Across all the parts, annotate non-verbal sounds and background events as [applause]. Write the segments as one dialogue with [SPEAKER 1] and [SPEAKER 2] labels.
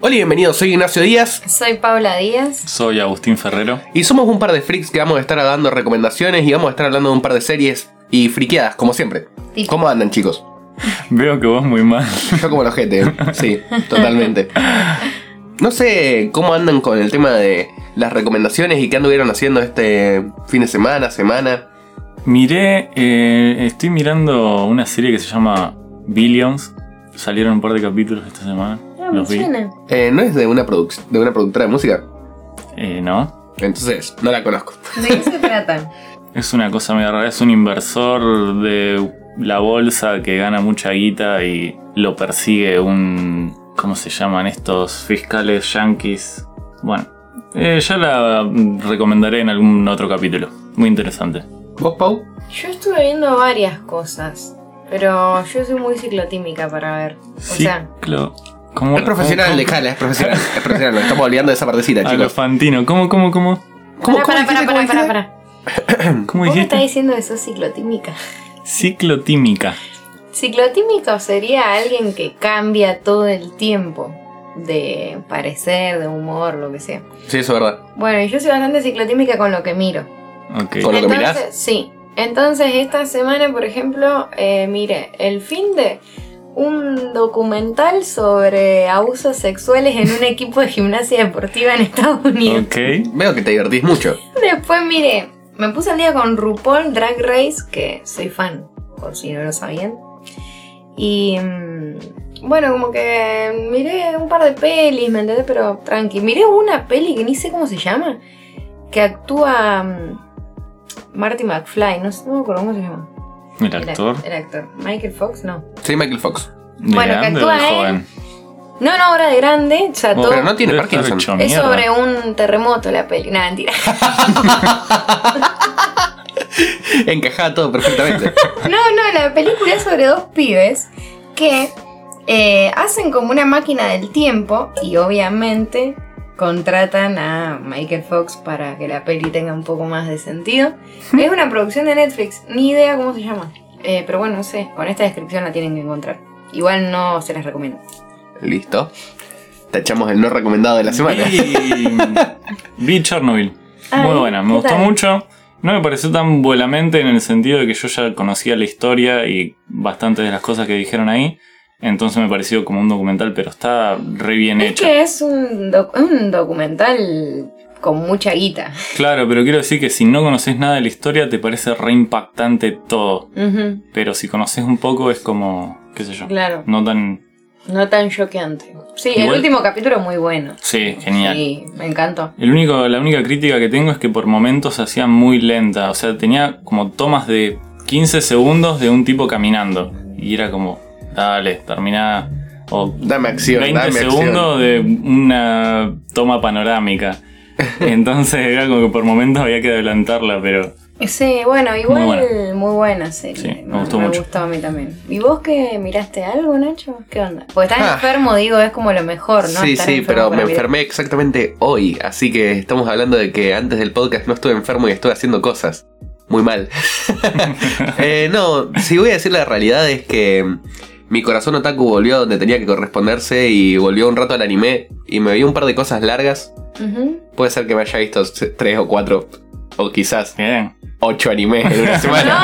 [SPEAKER 1] Hola y bienvenidos, soy Ignacio Díaz
[SPEAKER 2] Soy Paula Díaz.
[SPEAKER 3] Soy Agustín Ferrero.
[SPEAKER 1] y somos un par de freaks que vamos a estar dando recomendaciones y vamos a estar hablando de un par de series y friqueadas, como siempre.
[SPEAKER 2] Tipo.
[SPEAKER 1] ¿Cómo andan, chicos?
[SPEAKER 3] Veo que vos muy mal.
[SPEAKER 1] Yo como los gente, sí, totalmente. No sé cómo andan con el tema de las recomendaciones y qué anduvieron haciendo este fin de semana, semana.
[SPEAKER 3] Miré, eh, estoy mirando una serie que se llama Billions. Salieron un par de capítulos esta semana.
[SPEAKER 2] Ah,
[SPEAKER 3] Los vi.
[SPEAKER 1] Eh, ¿No es de una, produc- de una productora de música?
[SPEAKER 3] Eh, no.
[SPEAKER 1] Entonces, no la conozco.
[SPEAKER 2] ¿De qué se trata?
[SPEAKER 3] Es una cosa medio rara. Es un inversor de la bolsa que gana mucha guita y lo persigue un. ¿Cómo se llaman estos fiscales yanquis? Bueno, eh, ya la mm, recomendaré en algún otro capítulo. Muy interesante.
[SPEAKER 1] ¿Vos, Pau?
[SPEAKER 2] Yo estuve viendo varias cosas, pero yo soy muy ciclotímica para ver. O sea,
[SPEAKER 3] Ciclo- ¿Cómo-
[SPEAKER 1] Es profesional,
[SPEAKER 3] cómo-
[SPEAKER 1] dejala, es profesional, es profesional. Nos estamos olvidando de esa partecita,
[SPEAKER 3] [laughs] A lo
[SPEAKER 1] chicos.
[SPEAKER 3] Ah, Fantino, ¿cómo, cómo, cómo?
[SPEAKER 1] ¿Cómo-
[SPEAKER 2] para,
[SPEAKER 1] cómo dijiste,
[SPEAKER 2] para,
[SPEAKER 1] cómo
[SPEAKER 2] para, para,
[SPEAKER 1] dijiste?
[SPEAKER 2] para.
[SPEAKER 3] ¿Cómo
[SPEAKER 2] ¿Cómo estás
[SPEAKER 3] dijiste?
[SPEAKER 2] diciendo eso, ciclotímica?
[SPEAKER 3] Ciclotímica.
[SPEAKER 2] Ciclotímico sería alguien que cambia todo el tiempo de parecer, de humor, lo que sea.
[SPEAKER 1] Sí, eso es verdad.
[SPEAKER 2] Bueno, yo soy bastante ciclotímica con lo que miro.
[SPEAKER 1] Con- lo
[SPEAKER 3] Ok.
[SPEAKER 1] que
[SPEAKER 2] Entonces,
[SPEAKER 1] mirás?
[SPEAKER 2] Sí. Entonces, esta semana, por ejemplo, eh, mire, el fin de un documental sobre abusos sexuales en un equipo de gimnasia deportiva en Estados Unidos.
[SPEAKER 3] Ok.
[SPEAKER 1] Veo que te divertís mucho.
[SPEAKER 2] Después, mire, me puse al día con RuPaul Drag Race, que soy fan, por si no lo sabían. Y mm, bueno, como que miré un par de pelis, ¿me entendés? Pero tranqui. Miré una peli que ni sé cómo se llama, que actúa mm, Marty McFly, no sé no me acuerdo cómo se llama.
[SPEAKER 3] El actor.
[SPEAKER 2] El, el actor. Michael Fox, no.
[SPEAKER 1] Soy Michael Fox.
[SPEAKER 2] Bueno, que
[SPEAKER 3] grande
[SPEAKER 2] actúa
[SPEAKER 3] o de
[SPEAKER 2] él.
[SPEAKER 3] joven.
[SPEAKER 2] No, no, ahora de grande, o sea,
[SPEAKER 3] Bueno,
[SPEAKER 2] todo.
[SPEAKER 1] Pero no tiene
[SPEAKER 3] Debe estar
[SPEAKER 1] Parkinson.
[SPEAKER 3] hecho
[SPEAKER 2] Es
[SPEAKER 3] mierda.
[SPEAKER 2] sobre un terremoto la peli. Nada, mentira.
[SPEAKER 1] [laughs] Encajaba todo perfectamente.
[SPEAKER 2] No, no, la película es sobre dos pibes que eh, hacen como una máquina del tiempo y obviamente contratan a Michael Fox para que la peli tenga un poco más de sentido. Es una producción de Netflix, ni idea cómo se llama. Eh, pero bueno, no sé, con esta descripción la tienen que encontrar. Igual no se las recomiendo.
[SPEAKER 1] [laughs] Listo. Tachamos el no recomendado de la semana.
[SPEAKER 3] Vi- Vi Chernobyl.
[SPEAKER 2] Ay,
[SPEAKER 3] Muy buena, me
[SPEAKER 2] ¿qué
[SPEAKER 3] gustó
[SPEAKER 2] tal?
[SPEAKER 3] mucho. No me pareció tan vuelamente en el sentido de que yo ya conocía la historia y bastantes de las cosas que dijeron ahí. Entonces me pareció como un documental, pero está re bien
[SPEAKER 2] Es
[SPEAKER 3] hecho.
[SPEAKER 2] que es un, doc- un documental con mucha guita.
[SPEAKER 3] Claro, pero quiero decir que si no conoces nada de la historia, te parece re impactante todo.
[SPEAKER 2] Ujú,
[SPEAKER 3] Pero si conoces un poco, es como, qué sé yo.
[SPEAKER 2] Claro,
[SPEAKER 3] No tan.
[SPEAKER 2] no tan choqueante. Sí, el
[SPEAKER 3] Igual-
[SPEAKER 2] último capítulo es muy bueno.
[SPEAKER 3] Sí, genial.
[SPEAKER 2] Sí, me encantó.
[SPEAKER 3] El único, la única crítica que tengo es que por momentos se hacía muy lenta. O sea, tenía como tomas de 15 segundos de un tipo caminando. Y era como, dale, termina. O
[SPEAKER 1] Dame acción,
[SPEAKER 3] 20
[SPEAKER 1] dame acción.
[SPEAKER 3] segundos de una
[SPEAKER 1] [laughs]
[SPEAKER 3] toma panorámica. Entonces era como que por momentos había que adelantarla, pero.
[SPEAKER 2] Sí, bueno, igual muy
[SPEAKER 3] Muy
[SPEAKER 2] buena, serie.
[SPEAKER 3] Sí, me gustó mucho.
[SPEAKER 2] gustó a mí también. ¿Y vos que miraste algo, Nacho? ¿Qué onda? Porque estás
[SPEAKER 1] Ah.
[SPEAKER 2] enfermo, digo, es como lo mejor, ¿no?
[SPEAKER 1] Sí,
[SPEAKER 2] Estar
[SPEAKER 1] sí,
[SPEAKER 2] enfermo
[SPEAKER 1] pero
[SPEAKER 2] para
[SPEAKER 1] me
[SPEAKER 2] mirar.
[SPEAKER 1] enfermé exactamente hoy. Así que estamos hablando de que antes del podcast no estuve enfermo y estuve haciendo cosas. Muy [laughs] mal. Eh, no, si voy a decir la realidad es que mi corazón otaku volvió a donde tenía que corresponderse y volvió un rato al anime y me vi un par de cosas largas.
[SPEAKER 2] Ujú.
[SPEAKER 1] Puede ser que me haya visto c- tres o cuatro o quizás
[SPEAKER 3] Bien.
[SPEAKER 1] ocho animes en
[SPEAKER 2] [laughs]
[SPEAKER 1] una
[SPEAKER 3] [laughs]
[SPEAKER 1] semana.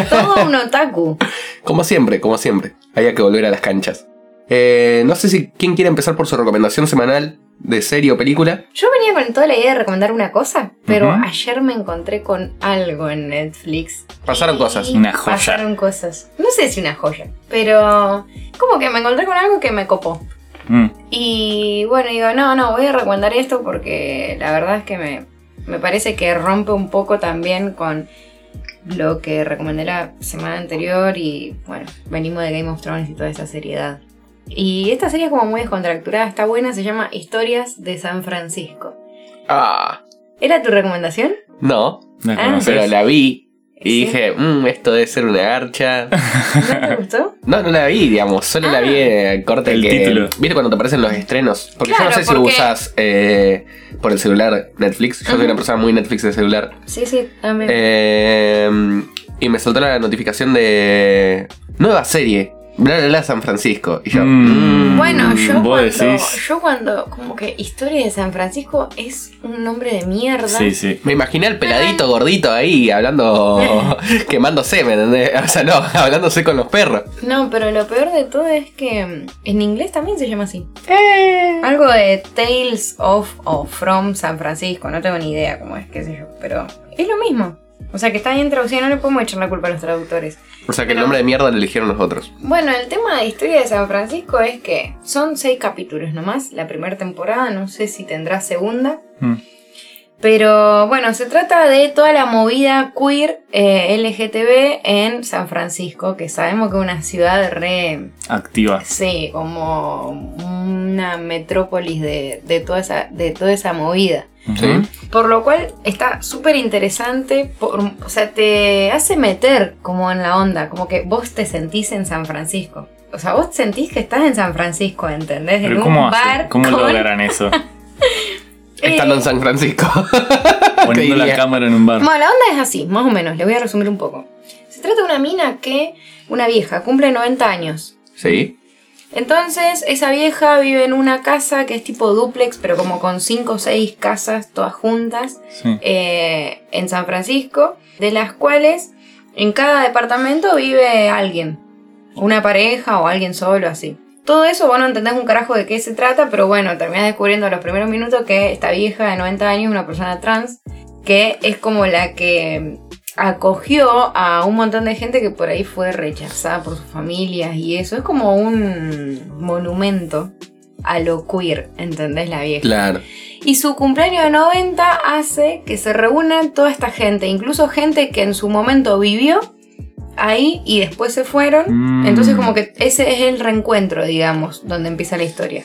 [SPEAKER 2] No, todo un otaku.
[SPEAKER 1] Como siempre, como siempre. Había que volver a las canchas. Eh, no sé si quién quiere empezar por su recomendación semanal de serie o película.
[SPEAKER 2] Yo venía con toda la idea de recomendar una cosa, pero
[SPEAKER 3] Ujú.
[SPEAKER 2] ayer me encontré con algo en Netflix
[SPEAKER 1] Pasaron cosas.
[SPEAKER 2] Y
[SPEAKER 3] Una joya.
[SPEAKER 2] Pasaron cosas. No sé si una joya, pero como que me encontré con algo que me copó.
[SPEAKER 3] Mm.
[SPEAKER 2] Y bueno, digo, no, no, voy a recomendar esto porque la verdad es que me, me parece que rompe un poco también con lo que recomendé la semana anterior y bueno, venimos de Game of Thrones y toda esa seriedad. Y esta serie es como muy descontracturada, está buena, se llama Historias de San Francisco.
[SPEAKER 1] Ah,
[SPEAKER 2] ¿Era tu recomendación?
[SPEAKER 1] no,
[SPEAKER 3] ¿La
[SPEAKER 2] Ah,
[SPEAKER 3] conoces?
[SPEAKER 1] pero la vi y
[SPEAKER 2] Sí.
[SPEAKER 1] dije, "Mm, esto debe ser una
[SPEAKER 3] [laughs]
[SPEAKER 1] garcha.
[SPEAKER 2] ¿No te gustó?
[SPEAKER 1] No, no la vi, digamos, solo la vi
[SPEAKER 2] Ah.
[SPEAKER 1] en el corte
[SPEAKER 3] El
[SPEAKER 1] que.
[SPEAKER 3] título.
[SPEAKER 1] ¿Viste cuando te aparecen los estrenos? Porque yo
[SPEAKER 2] Claro,
[SPEAKER 1] no sé
[SPEAKER 2] porque-
[SPEAKER 1] si usas eh, por el celular Netflix. Yo soy una
[SPEAKER 2] Ujú.
[SPEAKER 1] persona muy Netflix de celular.
[SPEAKER 2] [laughs] Sí, sí,
[SPEAKER 3] Eh,
[SPEAKER 2] también.
[SPEAKER 1] Eh, y me saltó la notificación de nueva serie. Bla, bla, bla, San Francisco. Y yo,
[SPEAKER 3] Mm.
[SPEAKER 1] mm,
[SPEAKER 2] Bueno, yo
[SPEAKER 3] vos
[SPEAKER 2] cuando,
[SPEAKER 3] decís.
[SPEAKER 2] yo cuando, como que Historia de San Francisco es un nombre de mierda.
[SPEAKER 3] Sí, sí.
[SPEAKER 1] Me imaginé al peladito gordito ahí hablando,
[SPEAKER 2] [laughs]
[SPEAKER 1] quemándose, ¿me entendés? O sea, no, [laughs] hablándose con los perros.
[SPEAKER 2] No, pero lo peor de todo es que mm, en inglés también se llama así. Algo de Tales of o From San Francisco, no tengo ni idea cómo es, qué sé yo, pero es lo mismo. O sea que está bien traducido, no le podemos echar la culpa a los traductores.
[SPEAKER 1] O sea, que el
[SPEAKER 2] Pero-
[SPEAKER 1] nombre de mierda lo eligieron los otros.
[SPEAKER 2] Bueno, el tema de Historia de San Francisco es que son seis capítulos nomás, la primera temporada, no sé si tendrá segunda.
[SPEAKER 3] Mm.
[SPEAKER 2] Pero bueno, se trata de toda la movida queer eh, LGTB en San Francisco, que sabemos que es una ciudad re
[SPEAKER 3] Activa.
[SPEAKER 2] Sí, como una metrópolis de, de toda, esa, de toda esa movida.
[SPEAKER 1] ¿Sí?
[SPEAKER 3] Ujú.
[SPEAKER 2] Por lo cual está súper interesante, por- o sea, te hace meter como en la onda, como que vos te sentís en San Francisco. O sea, vos sentís que estás en San Francisco, ¿entendés? en
[SPEAKER 3] Pero ¿cómo
[SPEAKER 2] un
[SPEAKER 3] hace?
[SPEAKER 2] bar
[SPEAKER 3] ¿Cómo
[SPEAKER 2] con- [laughs]
[SPEAKER 3] logran eso?
[SPEAKER 1] Estando en
[SPEAKER 2] Eh,
[SPEAKER 1] San Francisco. [laughs]
[SPEAKER 3] Poniendo la
[SPEAKER 1] diría.
[SPEAKER 3] cámara en un bar.
[SPEAKER 2] Bueno, la onda es así, más o menos, le voy a resumir un poco. Se trata de una mina que, una vieja, cumple 90 años.
[SPEAKER 1] Sí.
[SPEAKER 2] Entonces, esa vieja vive en una casa que es tipo duplex, pero como con cinco o seis casas todas juntas
[SPEAKER 3] Sí.
[SPEAKER 2] eh, en San Francisco, de las cuales en cada departamento vive alguien, una pareja o alguien solo, así. Todo eso vos no entendés un carajo de qué se trata, pero bueno, terminás descubriendo a los primeros minutos que esta vieja de 90 años, una persona trans, que es como la que acogió a un montón de gente que por ahí fue rechazada por sus familias y eso. Es como un monumento a lo queer, ¿entendés la vieja?
[SPEAKER 1] Claro.
[SPEAKER 2] Y su cumpleaños de 90 hace que se reúnan toda esta gente, incluso gente que en su momento vivió ahí y después se fueron.
[SPEAKER 3] Mm.
[SPEAKER 2] Entonces como que ese es el reencuentro, digamos, donde empieza la historia.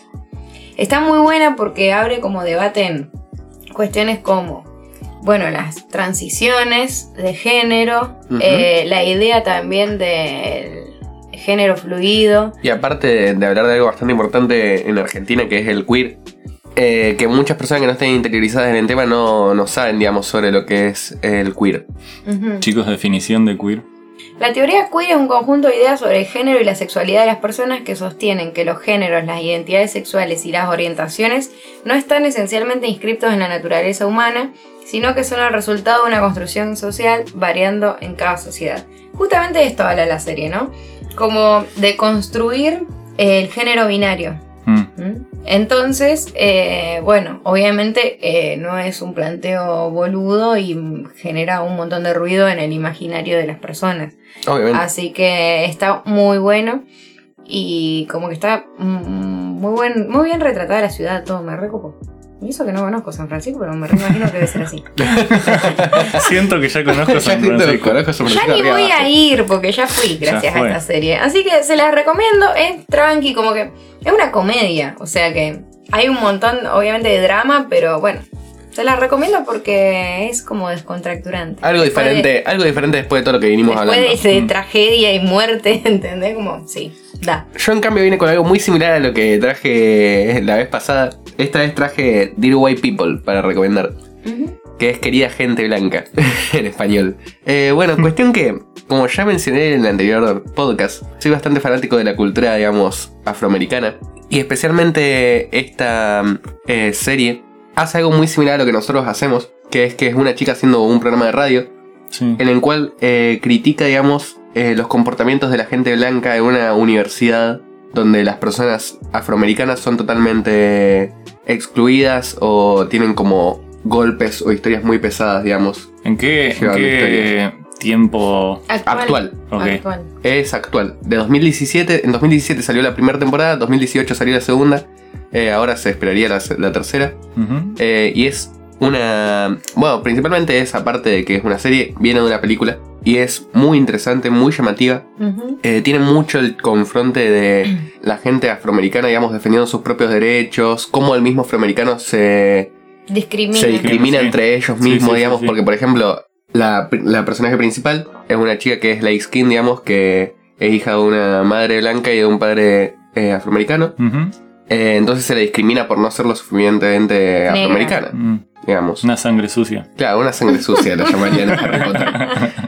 [SPEAKER 2] Está muy buena porque abre como debate en cuestiones como, bueno, las transiciones de género,
[SPEAKER 1] Ujú.
[SPEAKER 2] eh, la idea también del género fluido.
[SPEAKER 1] Y aparte de, de hablar de algo bastante importante en Argentina, que es el queer, eh, que muchas personas que no estén interiorizadas en el tema no, no saben, digamos, sobre lo que es el queer.
[SPEAKER 2] Ujú.
[SPEAKER 3] Chicos, definición de queer.
[SPEAKER 2] La teoría queer es un conjunto de ideas sobre el género y la sexualidad de las personas que sostienen que los géneros, las identidades sexuales y las orientaciones no están esencialmente inscriptos en la naturaleza humana, sino que son el resultado de una construcción social variando en cada sociedad. Justamente de esto habla la serie, ¿no? Como de construir eh, el género binario.
[SPEAKER 3] Mm.
[SPEAKER 2] [laughs] ¿Mm? Entonces, eh, bueno, obviamente eh, no es un planteo boludo y mm, genera un montón de ruido en el imaginario de las personas.
[SPEAKER 1] Obviamente.
[SPEAKER 2] Así que está muy bueno. Y como que está mm, muy, buen, muy bien retratada la ciudad, todo me recopo. Y eso que no conozco San Francisco, pero me re imagino que debe
[SPEAKER 1] [laughs]
[SPEAKER 2] ser así.
[SPEAKER 3] Siento que ya conozco
[SPEAKER 1] Ya
[SPEAKER 3] San
[SPEAKER 1] ni te
[SPEAKER 3] Francisco.
[SPEAKER 1] conozco, San
[SPEAKER 2] Ya
[SPEAKER 1] Francisco
[SPEAKER 2] ni
[SPEAKER 1] arriba
[SPEAKER 2] voy a
[SPEAKER 1] abajo.
[SPEAKER 2] ir porque ya fui
[SPEAKER 3] Ya
[SPEAKER 2] gracias a
[SPEAKER 3] fue.
[SPEAKER 2] esta serie. Así que se las recomiendo, es tranqui, como que es una comedia. O sea que hay un montón, obviamente, de drama, pero bueno, se las recomiendo porque es como descontracturante.
[SPEAKER 1] Algo
[SPEAKER 2] Después de-
[SPEAKER 1] diferente, algo diferente después de todo lo que vinimos
[SPEAKER 2] Después
[SPEAKER 1] hablando.
[SPEAKER 2] de, ese
[SPEAKER 3] Mm.
[SPEAKER 2] tragedia y muerte, [laughs] ¿entendés? Como, sí, da.
[SPEAKER 1] Yo en cambio vine con algo muy similar a lo que traje la vez pasada. Esta vez traje Dear White People para recomendar.
[SPEAKER 2] Ujú.
[SPEAKER 1] que es querida gente blanca [laughs] en español. Eh, bueno, cuestión que, como ya mencioné en el anterior podcast, soy bastante fanático de la cultura, digamos, afroamericana. Y especialmente esta eh, serie hace algo muy similar a lo que nosotros hacemos, que es que es una chica haciendo un programa de radio
[SPEAKER 3] Sí.
[SPEAKER 1] en el cual eh, critica, digamos, eh, los comportamientos de la gente blanca en una universidad donde las personas afroamericanas son totalmente excluidas o tienen como golpes o historias muy pesadas, digamos.
[SPEAKER 3] ¿En qué, en
[SPEAKER 1] Llevar la
[SPEAKER 3] qué tiempo?
[SPEAKER 1] Actual.
[SPEAKER 3] Ok.
[SPEAKER 2] Actual.
[SPEAKER 1] Es actual. De 2017, en 2017 salió la primera temporada, 2018 salió la segunda, eh, ahora se esperaría la, la tercera.
[SPEAKER 3] Ujú.
[SPEAKER 1] Eh, y es una. Bueno, principalmente es, aparte de que es una serie, viene de una película. Y es muy interesante, muy llamativa.
[SPEAKER 2] Ujú.
[SPEAKER 1] Eh, tiene mucho el confronte de la gente afroamericana, digamos, defendiendo sus propios derechos, cómo el mismo afroamericano se,
[SPEAKER 2] Discrimina.
[SPEAKER 1] se discrimina
[SPEAKER 3] Sí.
[SPEAKER 1] entre ellos
[SPEAKER 3] Sí,
[SPEAKER 1] mismos,
[SPEAKER 3] sí, sí,
[SPEAKER 1] digamos,
[SPEAKER 3] sí.
[SPEAKER 1] porque, por ejemplo, la, pri- la personaje principal es una chica que es light skin, digamos, que es hija de una madre blanca y de un padre eh, afroamericano.
[SPEAKER 3] Ujú.
[SPEAKER 1] Eh, entonces se la discrimina por no ser lo suficientemente afroamericana,
[SPEAKER 3] Mm.
[SPEAKER 1] digamos.
[SPEAKER 3] Una sangre sucia.
[SPEAKER 1] Claro, una sangre sucia la llamarían en Harry Potter.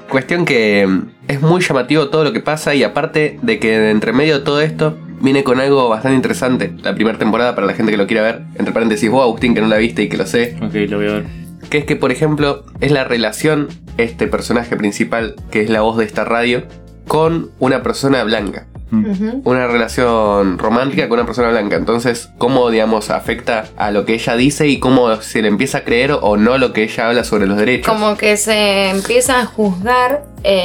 [SPEAKER 1] Cuestión que mm, es muy llamativo todo lo que pasa y aparte de que entre medio de todo esto viene con algo bastante interesante. La primera temporada para la gente que lo quiera ver, entre paréntesis vos Agustín que no la viste y que lo sé,
[SPEAKER 3] Ok, lo voy a ver.
[SPEAKER 1] que es que por ejemplo es la relación este personaje principal que es la voz de esta radio con una persona blanca
[SPEAKER 2] Ujú.
[SPEAKER 1] una relación romántica con una persona blanca. Entonces, cómo, digamos, afecta a lo que ella dice y cómo se le empieza a creer o no lo que ella habla sobre los derechos.
[SPEAKER 2] Como que se empieza a juzgar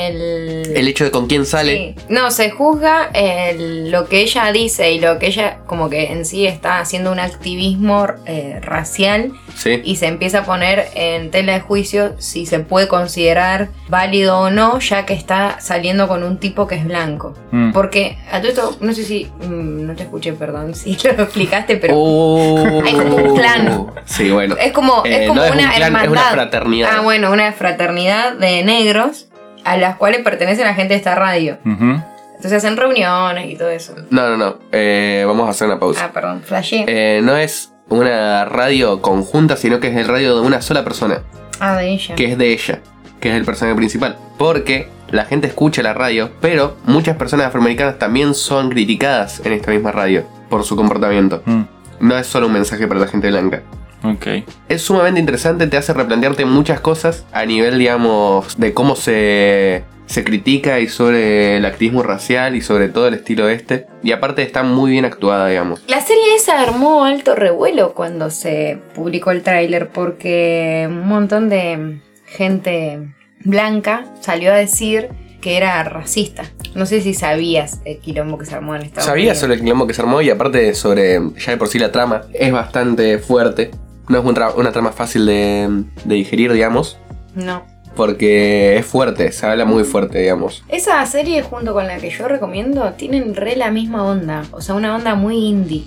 [SPEAKER 2] el...
[SPEAKER 1] El hecho de con quién sale.
[SPEAKER 2] Sí. No, se juzga el- lo que ella dice y lo que ella como que en sí está haciendo un activismo eh, racial
[SPEAKER 1] Sí.
[SPEAKER 2] y se empieza a poner en tela de juicio si se puede considerar válido o no ya que está saliendo con un tipo que es blanco.
[SPEAKER 3] Mm.
[SPEAKER 2] Porque a todo esto, no sé si... mm, no te escuché, perdón, si [laughs] lo explicaste, pero... [laughs]
[SPEAKER 1] Oh.
[SPEAKER 2] Hay como un clan.
[SPEAKER 1] Sí, bueno.
[SPEAKER 2] Es como,
[SPEAKER 1] Eh,
[SPEAKER 2] es como
[SPEAKER 1] no es un
[SPEAKER 2] una
[SPEAKER 1] clan, es una
[SPEAKER 2] hermandad.
[SPEAKER 1] fraternidad.
[SPEAKER 2] Ah, bueno, una fraternidad de negros a las cuales pertenece la gente de esta radio.
[SPEAKER 3] Ujú.
[SPEAKER 2] Entonces hacen reuniones y todo eso.
[SPEAKER 1] No, no, no. Eh, vamos a hacer una pausa.
[SPEAKER 2] Ah, perdón, flashé.
[SPEAKER 1] Eh, no es una radio conjunta, sino que es el radio de una sola persona,
[SPEAKER 2] ah, de ella.
[SPEAKER 1] que es de ella, que es el personaje principal. Porque la gente escucha la radio, pero muchas personas afroamericanas también son criticadas en esta misma radio por su comportamiento.
[SPEAKER 3] Mm.
[SPEAKER 1] No es solo un mensaje para la gente blanca.
[SPEAKER 3] Ok.
[SPEAKER 1] Es sumamente interesante, te hace replantearte muchas cosas a nivel, digamos, de cómo se, se critica y sobre el activismo racial y sobre todo el estilo este. Y aparte está muy bien actuada, digamos.
[SPEAKER 2] La serie esa armó alto revuelo cuando se publicó el tráiler porque un montón de gente blanca salió a decir que era racista. No sé si sabías el quilombo que se armó en Estados
[SPEAKER 1] Ah, Sabía
[SPEAKER 2] Unidos.
[SPEAKER 1] sobre el quilombo que se armó y aparte sobre, ya de por sí la trama es bastante fuerte. No es un tra- una trama fácil de, de digerir, digamos,
[SPEAKER 2] No.
[SPEAKER 1] porque es fuerte, se habla muy fuerte, digamos.
[SPEAKER 2] Esa serie junto con la que yo recomiendo tienen re la misma onda, o sea, una onda muy indie.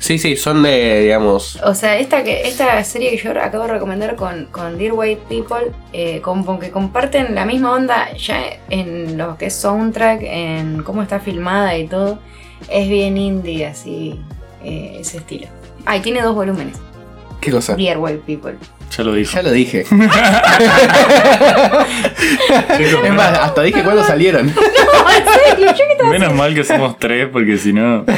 [SPEAKER 1] Sí, sí, son de, digamos,
[SPEAKER 2] O sea, esta, que, esta serie que yo acabo de recomendar con, con Dear White People, eh, como que comparten la misma onda ya en lo que es soundtrack, en cómo está filmada y todo, es bien indie, así, eh, ese estilo. Ay, tiene dos volúmenes,
[SPEAKER 1] ¿qué cosa?
[SPEAKER 2] Dear White People. [laughs]
[SPEAKER 3] Ya lo dije.
[SPEAKER 1] Ya lo [laughs] dije. es más, hasta dije cuándo salieron.
[SPEAKER 2] No, en serio, yo que
[SPEAKER 3] Menos mal que somos tres, porque si no.
[SPEAKER 1] [coughs]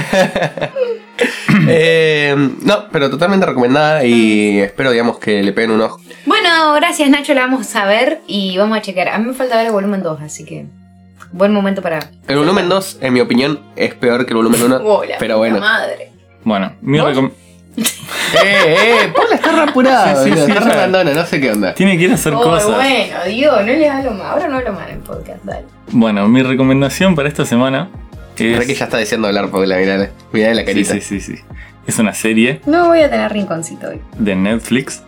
[SPEAKER 1] Eh, no, pero totalmente recomendada y espero, digamos, que le peguen un ojo.
[SPEAKER 2] Bueno, gracias Nacho, la vamos a ver y vamos a checar. A mí me falta ver el volumen 2, así que buen momento para...
[SPEAKER 1] El volumen 2, en mi opinión, es peor que el volumen
[SPEAKER 2] [laughs]
[SPEAKER 1] 1.
[SPEAKER 2] Oh, la
[SPEAKER 1] pero
[SPEAKER 2] puta
[SPEAKER 1] bueno.
[SPEAKER 2] Madre.
[SPEAKER 3] Bueno, mi
[SPEAKER 1] ¿Vos?
[SPEAKER 3] recom-
[SPEAKER 1] [laughs] ¡Eh, eh! Paula está re apurada,
[SPEAKER 3] Sí, sí,
[SPEAKER 1] boludo,
[SPEAKER 3] sí,
[SPEAKER 1] está re
[SPEAKER 3] ya.
[SPEAKER 1] mandona, no sé qué onda.
[SPEAKER 3] Tiene que ir a hacer
[SPEAKER 2] Oh,
[SPEAKER 3] cosas.
[SPEAKER 2] bueno, Dios, no les hablo mal. Ahora no hablo mal en podcast, dale.
[SPEAKER 3] Bueno, mi recomendación para esta semana es.
[SPEAKER 1] Re que ya está deseando hablar, Paula, mirá, mirá la
[SPEAKER 3] sí,
[SPEAKER 1] carita.
[SPEAKER 3] sí, sí, sí. Es una serie
[SPEAKER 2] No voy a tener rinconcito hoy.
[SPEAKER 3] de Netflix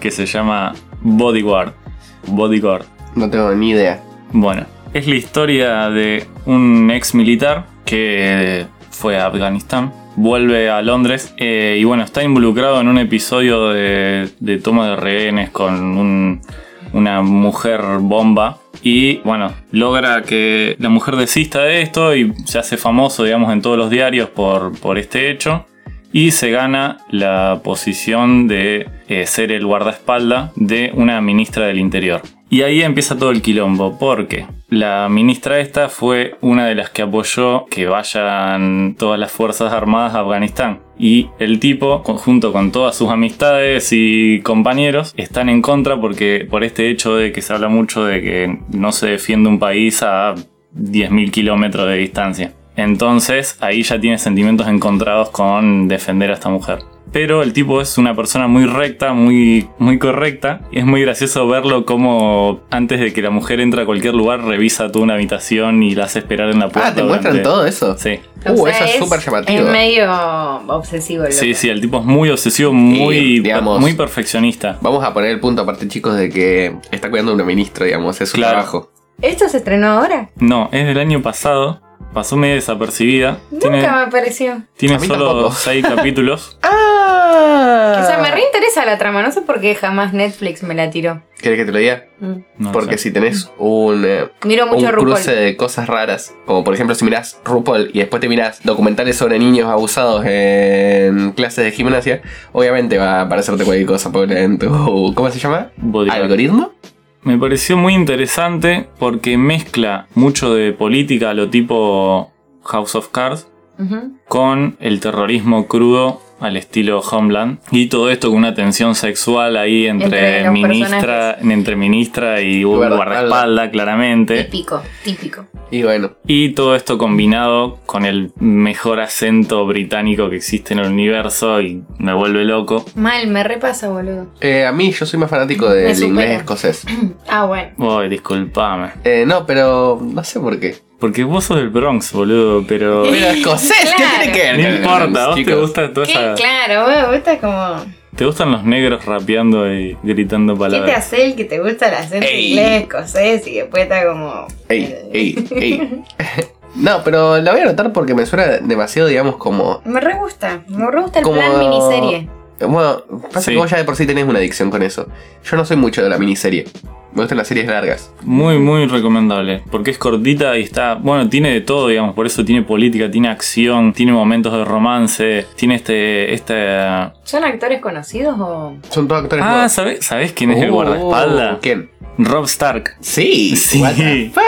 [SPEAKER 3] que se llama Bodyguard. Bodyguard.
[SPEAKER 1] No tengo ni idea.
[SPEAKER 3] Bueno, es la historia de un ex militar que fue a Afganistán, vuelve a Londres eh, y bueno, está involucrado en un episodio de, de toma de rehenes con un- una mujer bomba. Y bueno, logra que la mujer desista de esto y se hace famoso, digamos, en todos los diarios por, por este hecho. Y se gana la posición de eh, ser el guardaespaldas de una ministra del Interior. Y ahí empieza todo el quilombo, porque la ministra esta fue una de las que apoyó que vayan todas las Fuerzas Armadas a Afganistán. Y el tipo, con- junto con todas sus amistades y compañeros, están en contra porque por este hecho de que se habla mucho de que no se defiende un país a 10.000 kilómetros de distancia. Entonces ahí ya tiene sentimientos encontrados con defender a esta mujer. Pero el tipo es una persona muy recta, muy, muy correcta. Y es muy gracioso verlo como antes de que la mujer entre a cualquier lugar, revisa toda una habitación y la hace esperar en la puerta.
[SPEAKER 1] Ah, ¿te muestran
[SPEAKER 3] durante-
[SPEAKER 1] todo eso?
[SPEAKER 3] Sí.
[SPEAKER 1] Uh, eso es súper llamativo.
[SPEAKER 2] Es medio obsesivo el
[SPEAKER 3] Sí,
[SPEAKER 2] loco.
[SPEAKER 3] sí, el tipo es muy obsesivo, muy,
[SPEAKER 1] digamos,
[SPEAKER 3] muy perfeccionista.
[SPEAKER 1] Vamos a poner el punto aparte, chicos, de que está cuidando a un ministro, digamos, es su
[SPEAKER 3] Claro.
[SPEAKER 1] trabajo.
[SPEAKER 2] ¿Esto se estrenó ahora?
[SPEAKER 3] No, es del año pasado. Pasó medio desapercibida. Tiene,
[SPEAKER 2] Nunca me apareció.
[SPEAKER 3] tiene
[SPEAKER 1] A mí
[SPEAKER 3] solo
[SPEAKER 1] tampoco.
[SPEAKER 3] seis
[SPEAKER 1] [laughs]
[SPEAKER 3] capítulos.
[SPEAKER 1] ¡Ah!
[SPEAKER 2] O sea, me reinteresa la trama, no sé por qué jamás Netflix me la tiró.
[SPEAKER 1] ¿Querés que te lo diga?
[SPEAKER 2] Mm.
[SPEAKER 3] No lo
[SPEAKER 1] Porque
[SPEAKER 3] sé.
[SPEAKER 1] si tenés un, eh,
[SPEAKER 2] Miro
[SPEAKER 1] un
[SPEAKER 2] mucho RuPaul.
[SPEAKER 1] cruce de cosas raras, como por ejemplo si mirás RuPaul y después te mirás documentales sobre niños abusados en clases de gimnasia, obviamente va a aparecerte cualquier cosa pobre en tu... ¿Cómo se llama?
[SPEAKER 3] Bodyguard.
[SPEAKER 1] ¿Algoritmo?
[SPEAKER 3] me pareció muy interesante porque mezcla mucho de política a lo tipo House of Cards
[SPEAKER 2] Ujú.
[SPEAKER 3] con el terrorismo crudo al estilo Homeland y todo esto con una tensión sexual ahí entre,
[SPEAKER 2] Entre los
[SPEAKER 3] ministra entre ministra y un
[SPEAKER 1] Guardaespaldas.
[SPEAKER 3] guardaespalda claramente
[SPEAKER 2] Típico, típico.
[SPEAKER 1] Y bueno,
[SPEAKER 3] y todo esto combinado con el mejor acento británico que existe en el universo y me vuelve loco
[SPEAKER 2] Mal, me repasa, boludo.
[SPEAKER 1] eh, a mí yo soy más fanático
[SPEAKER 2] Me
[SPEAKER 1] del
[SPEAKER 2] supera.
[SPEAKER 1] inglés escocés.
[SPEAKER 2] Ah, bueno.
[SPEAKER 3] Uy, disculpame
[SPEAKER 1] Eh, no, pero no sé por qué.
[SPEAKER 3] porque vos sos del Bronx boludo
[SPEAKER 2] [laughs]
[SPEAKER 3] pero
[SPEAKER 1] Pero escocés, ¿qué
[SPEAKER 2] Claro.
[SPEAKER 1] tiene que ver?
[SPEAKER 3] no
[SPEAKER 1] con el
[SPEAKER 3] importa
[SPEAKER 1] inglés,
[SPEAKER 3] a vos te
[SPEAKER 1] chicos?
[SPEAKER 3] gusta toda
[SPEAKER 2] ¿Qué?
[SPEAKER 3] esa-
[SPEAKER 2] Claro, boludo, vos estás como.
[SPEAKER 3] te gustan los negros rapeando y gritando
[SPEAKER 2] ¿Qué te
[SPEAKER 3] palabras
[SPEAKER 2] hace el que te gusta el acento
[SPEAKER 1] Ey.
[SPEAKER 2] inglés, escocés? Y después está como. eh,
[SPEAKER 1] Ey, ey, ey. No, pero la voy a anotar porque me suena demasiado, digamos, como.
[SPEAKER 2] Me re gusta, me re gusta el
[SPEAKER 1] Como-
[SPEAKER 2] plan miniserie.
[SPEAKER 1] Bueno, pasa
[SPEAKER 3] Sí.
[SPEAKER 1] que vos ya de por sí tenés una adicción con eso. Yo no soy mucho de la miniserie. Me gustan las series largas.
[SPEAKER 3] Muy, muy recomendable. Porque es cortita y está. Bueno, tiene de todo, digamos. Por eso tiene política, tiene acción, tiene momentos de romance, tiene este. este... Ah,
[SPEAKER 2] ¿Son actores conocidos o.?
[SPEAKER 1] Son todos actores nuevos.
[SPEAKER 3] ¿sabés, ¿sabés quién es Ah, el
[SPEAKER 1] Oh,
[SPEAKER 3] guardaespaldas?
[SPEAKER 1] ¿Quién?
[SPEAKER 3] Rob Stark.
[SPEAKER 1] Sí.
[SPEAKER 3] Sí.
[SPEAKER 1] What the fuck?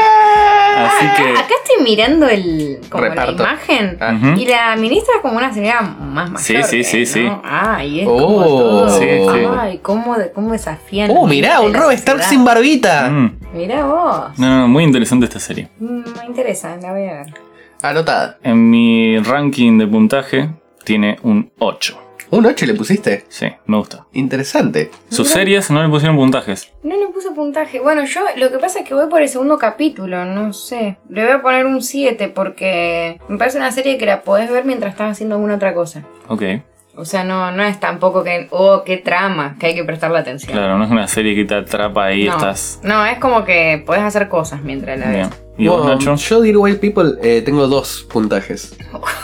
[SPEAKER 3] Así que.
[SPEAKER 2] Ah, Acá estoy mirando el, como la
[SPEAKER 1] Reparto.
[SPEAKER 2] imagen.
[SPEAKER 1] Ah.
[SPEAKER 3] Ujú.
[SPEAKER 2] Y la ministra es como una señora más mayor.
[SPEAKER 3] Sí, sí, sí,
[SPEAKER 2] ¿no?
[SPEAKER 3] sí.
[SPEAKER 2] Ah, y es
[SPEAKER 1] Oh.
[SPEAKER 2] como todo.
[SPEAKER 3] Sí, sí.
[SPEAKER 2] Ay, cómo, de- cómo desafían.
[SPEAKER 1] Oh,
[SPEAKER 2] los
[SPEAKER 1] mirá, un
[SPEAKER 2] límites de la
[SPEAKER 1] Rob Stark
[SPEAKER 2] sociedad.
[SPEAKER 1] sin barbita.
[SPEAKER 3] Mm.
[SPEAKER 2] Mirá vos.
[SPEAKER 3] No, no, no, muy interesante esta serie.
[SPEAKER 2] Mm, Me interesa, la voy a ver.
[SPEAKER 1] Anotada.
[SPEAKER 3] En mi ranking de puntaje tiene un 8.
[SPEAKER 1] Un 8 le pusiste.
[SPEAKER 3] Sí, me gusta.
[SPEAKER 1] Interesante.
[SPEAKER 3] Sus
[SPEAKER 2] Mirá.
[SPEAKER 3] series no le pusieron puntajes.
[SPEAKER 2] No le puse puntaje. Bueno, yo lo que pasa es que voy por el segundo capítulo, no sé. Le voy a poner un 7 porque me parece una serie que la podés ver mientras estás haciendo alguna otra cosa.
[SPEAKER 3] Ok,
[SPEAKER 2] O sea, no, no es tampoco que, oh, qué trama, que hay que prestarle atención.
[SPEAKER 3] claro, no es una serie que te atrapa ahí,
[SPEAKER 2] no,
[SPEAKER 3] estás.
[SPEAKER 2] no, es como que podés hacer cosas mientras la
[SPEAKER 3] Bien.
[SPEAKER 2] ves.
[SPEAKER 3] ¿Y vos,
[SPEAKER 1] Bueno,
[SPEAKER 3] Nacho?
[SPEAKER 1] Yo de Wild People eh, tengo dos puntajes.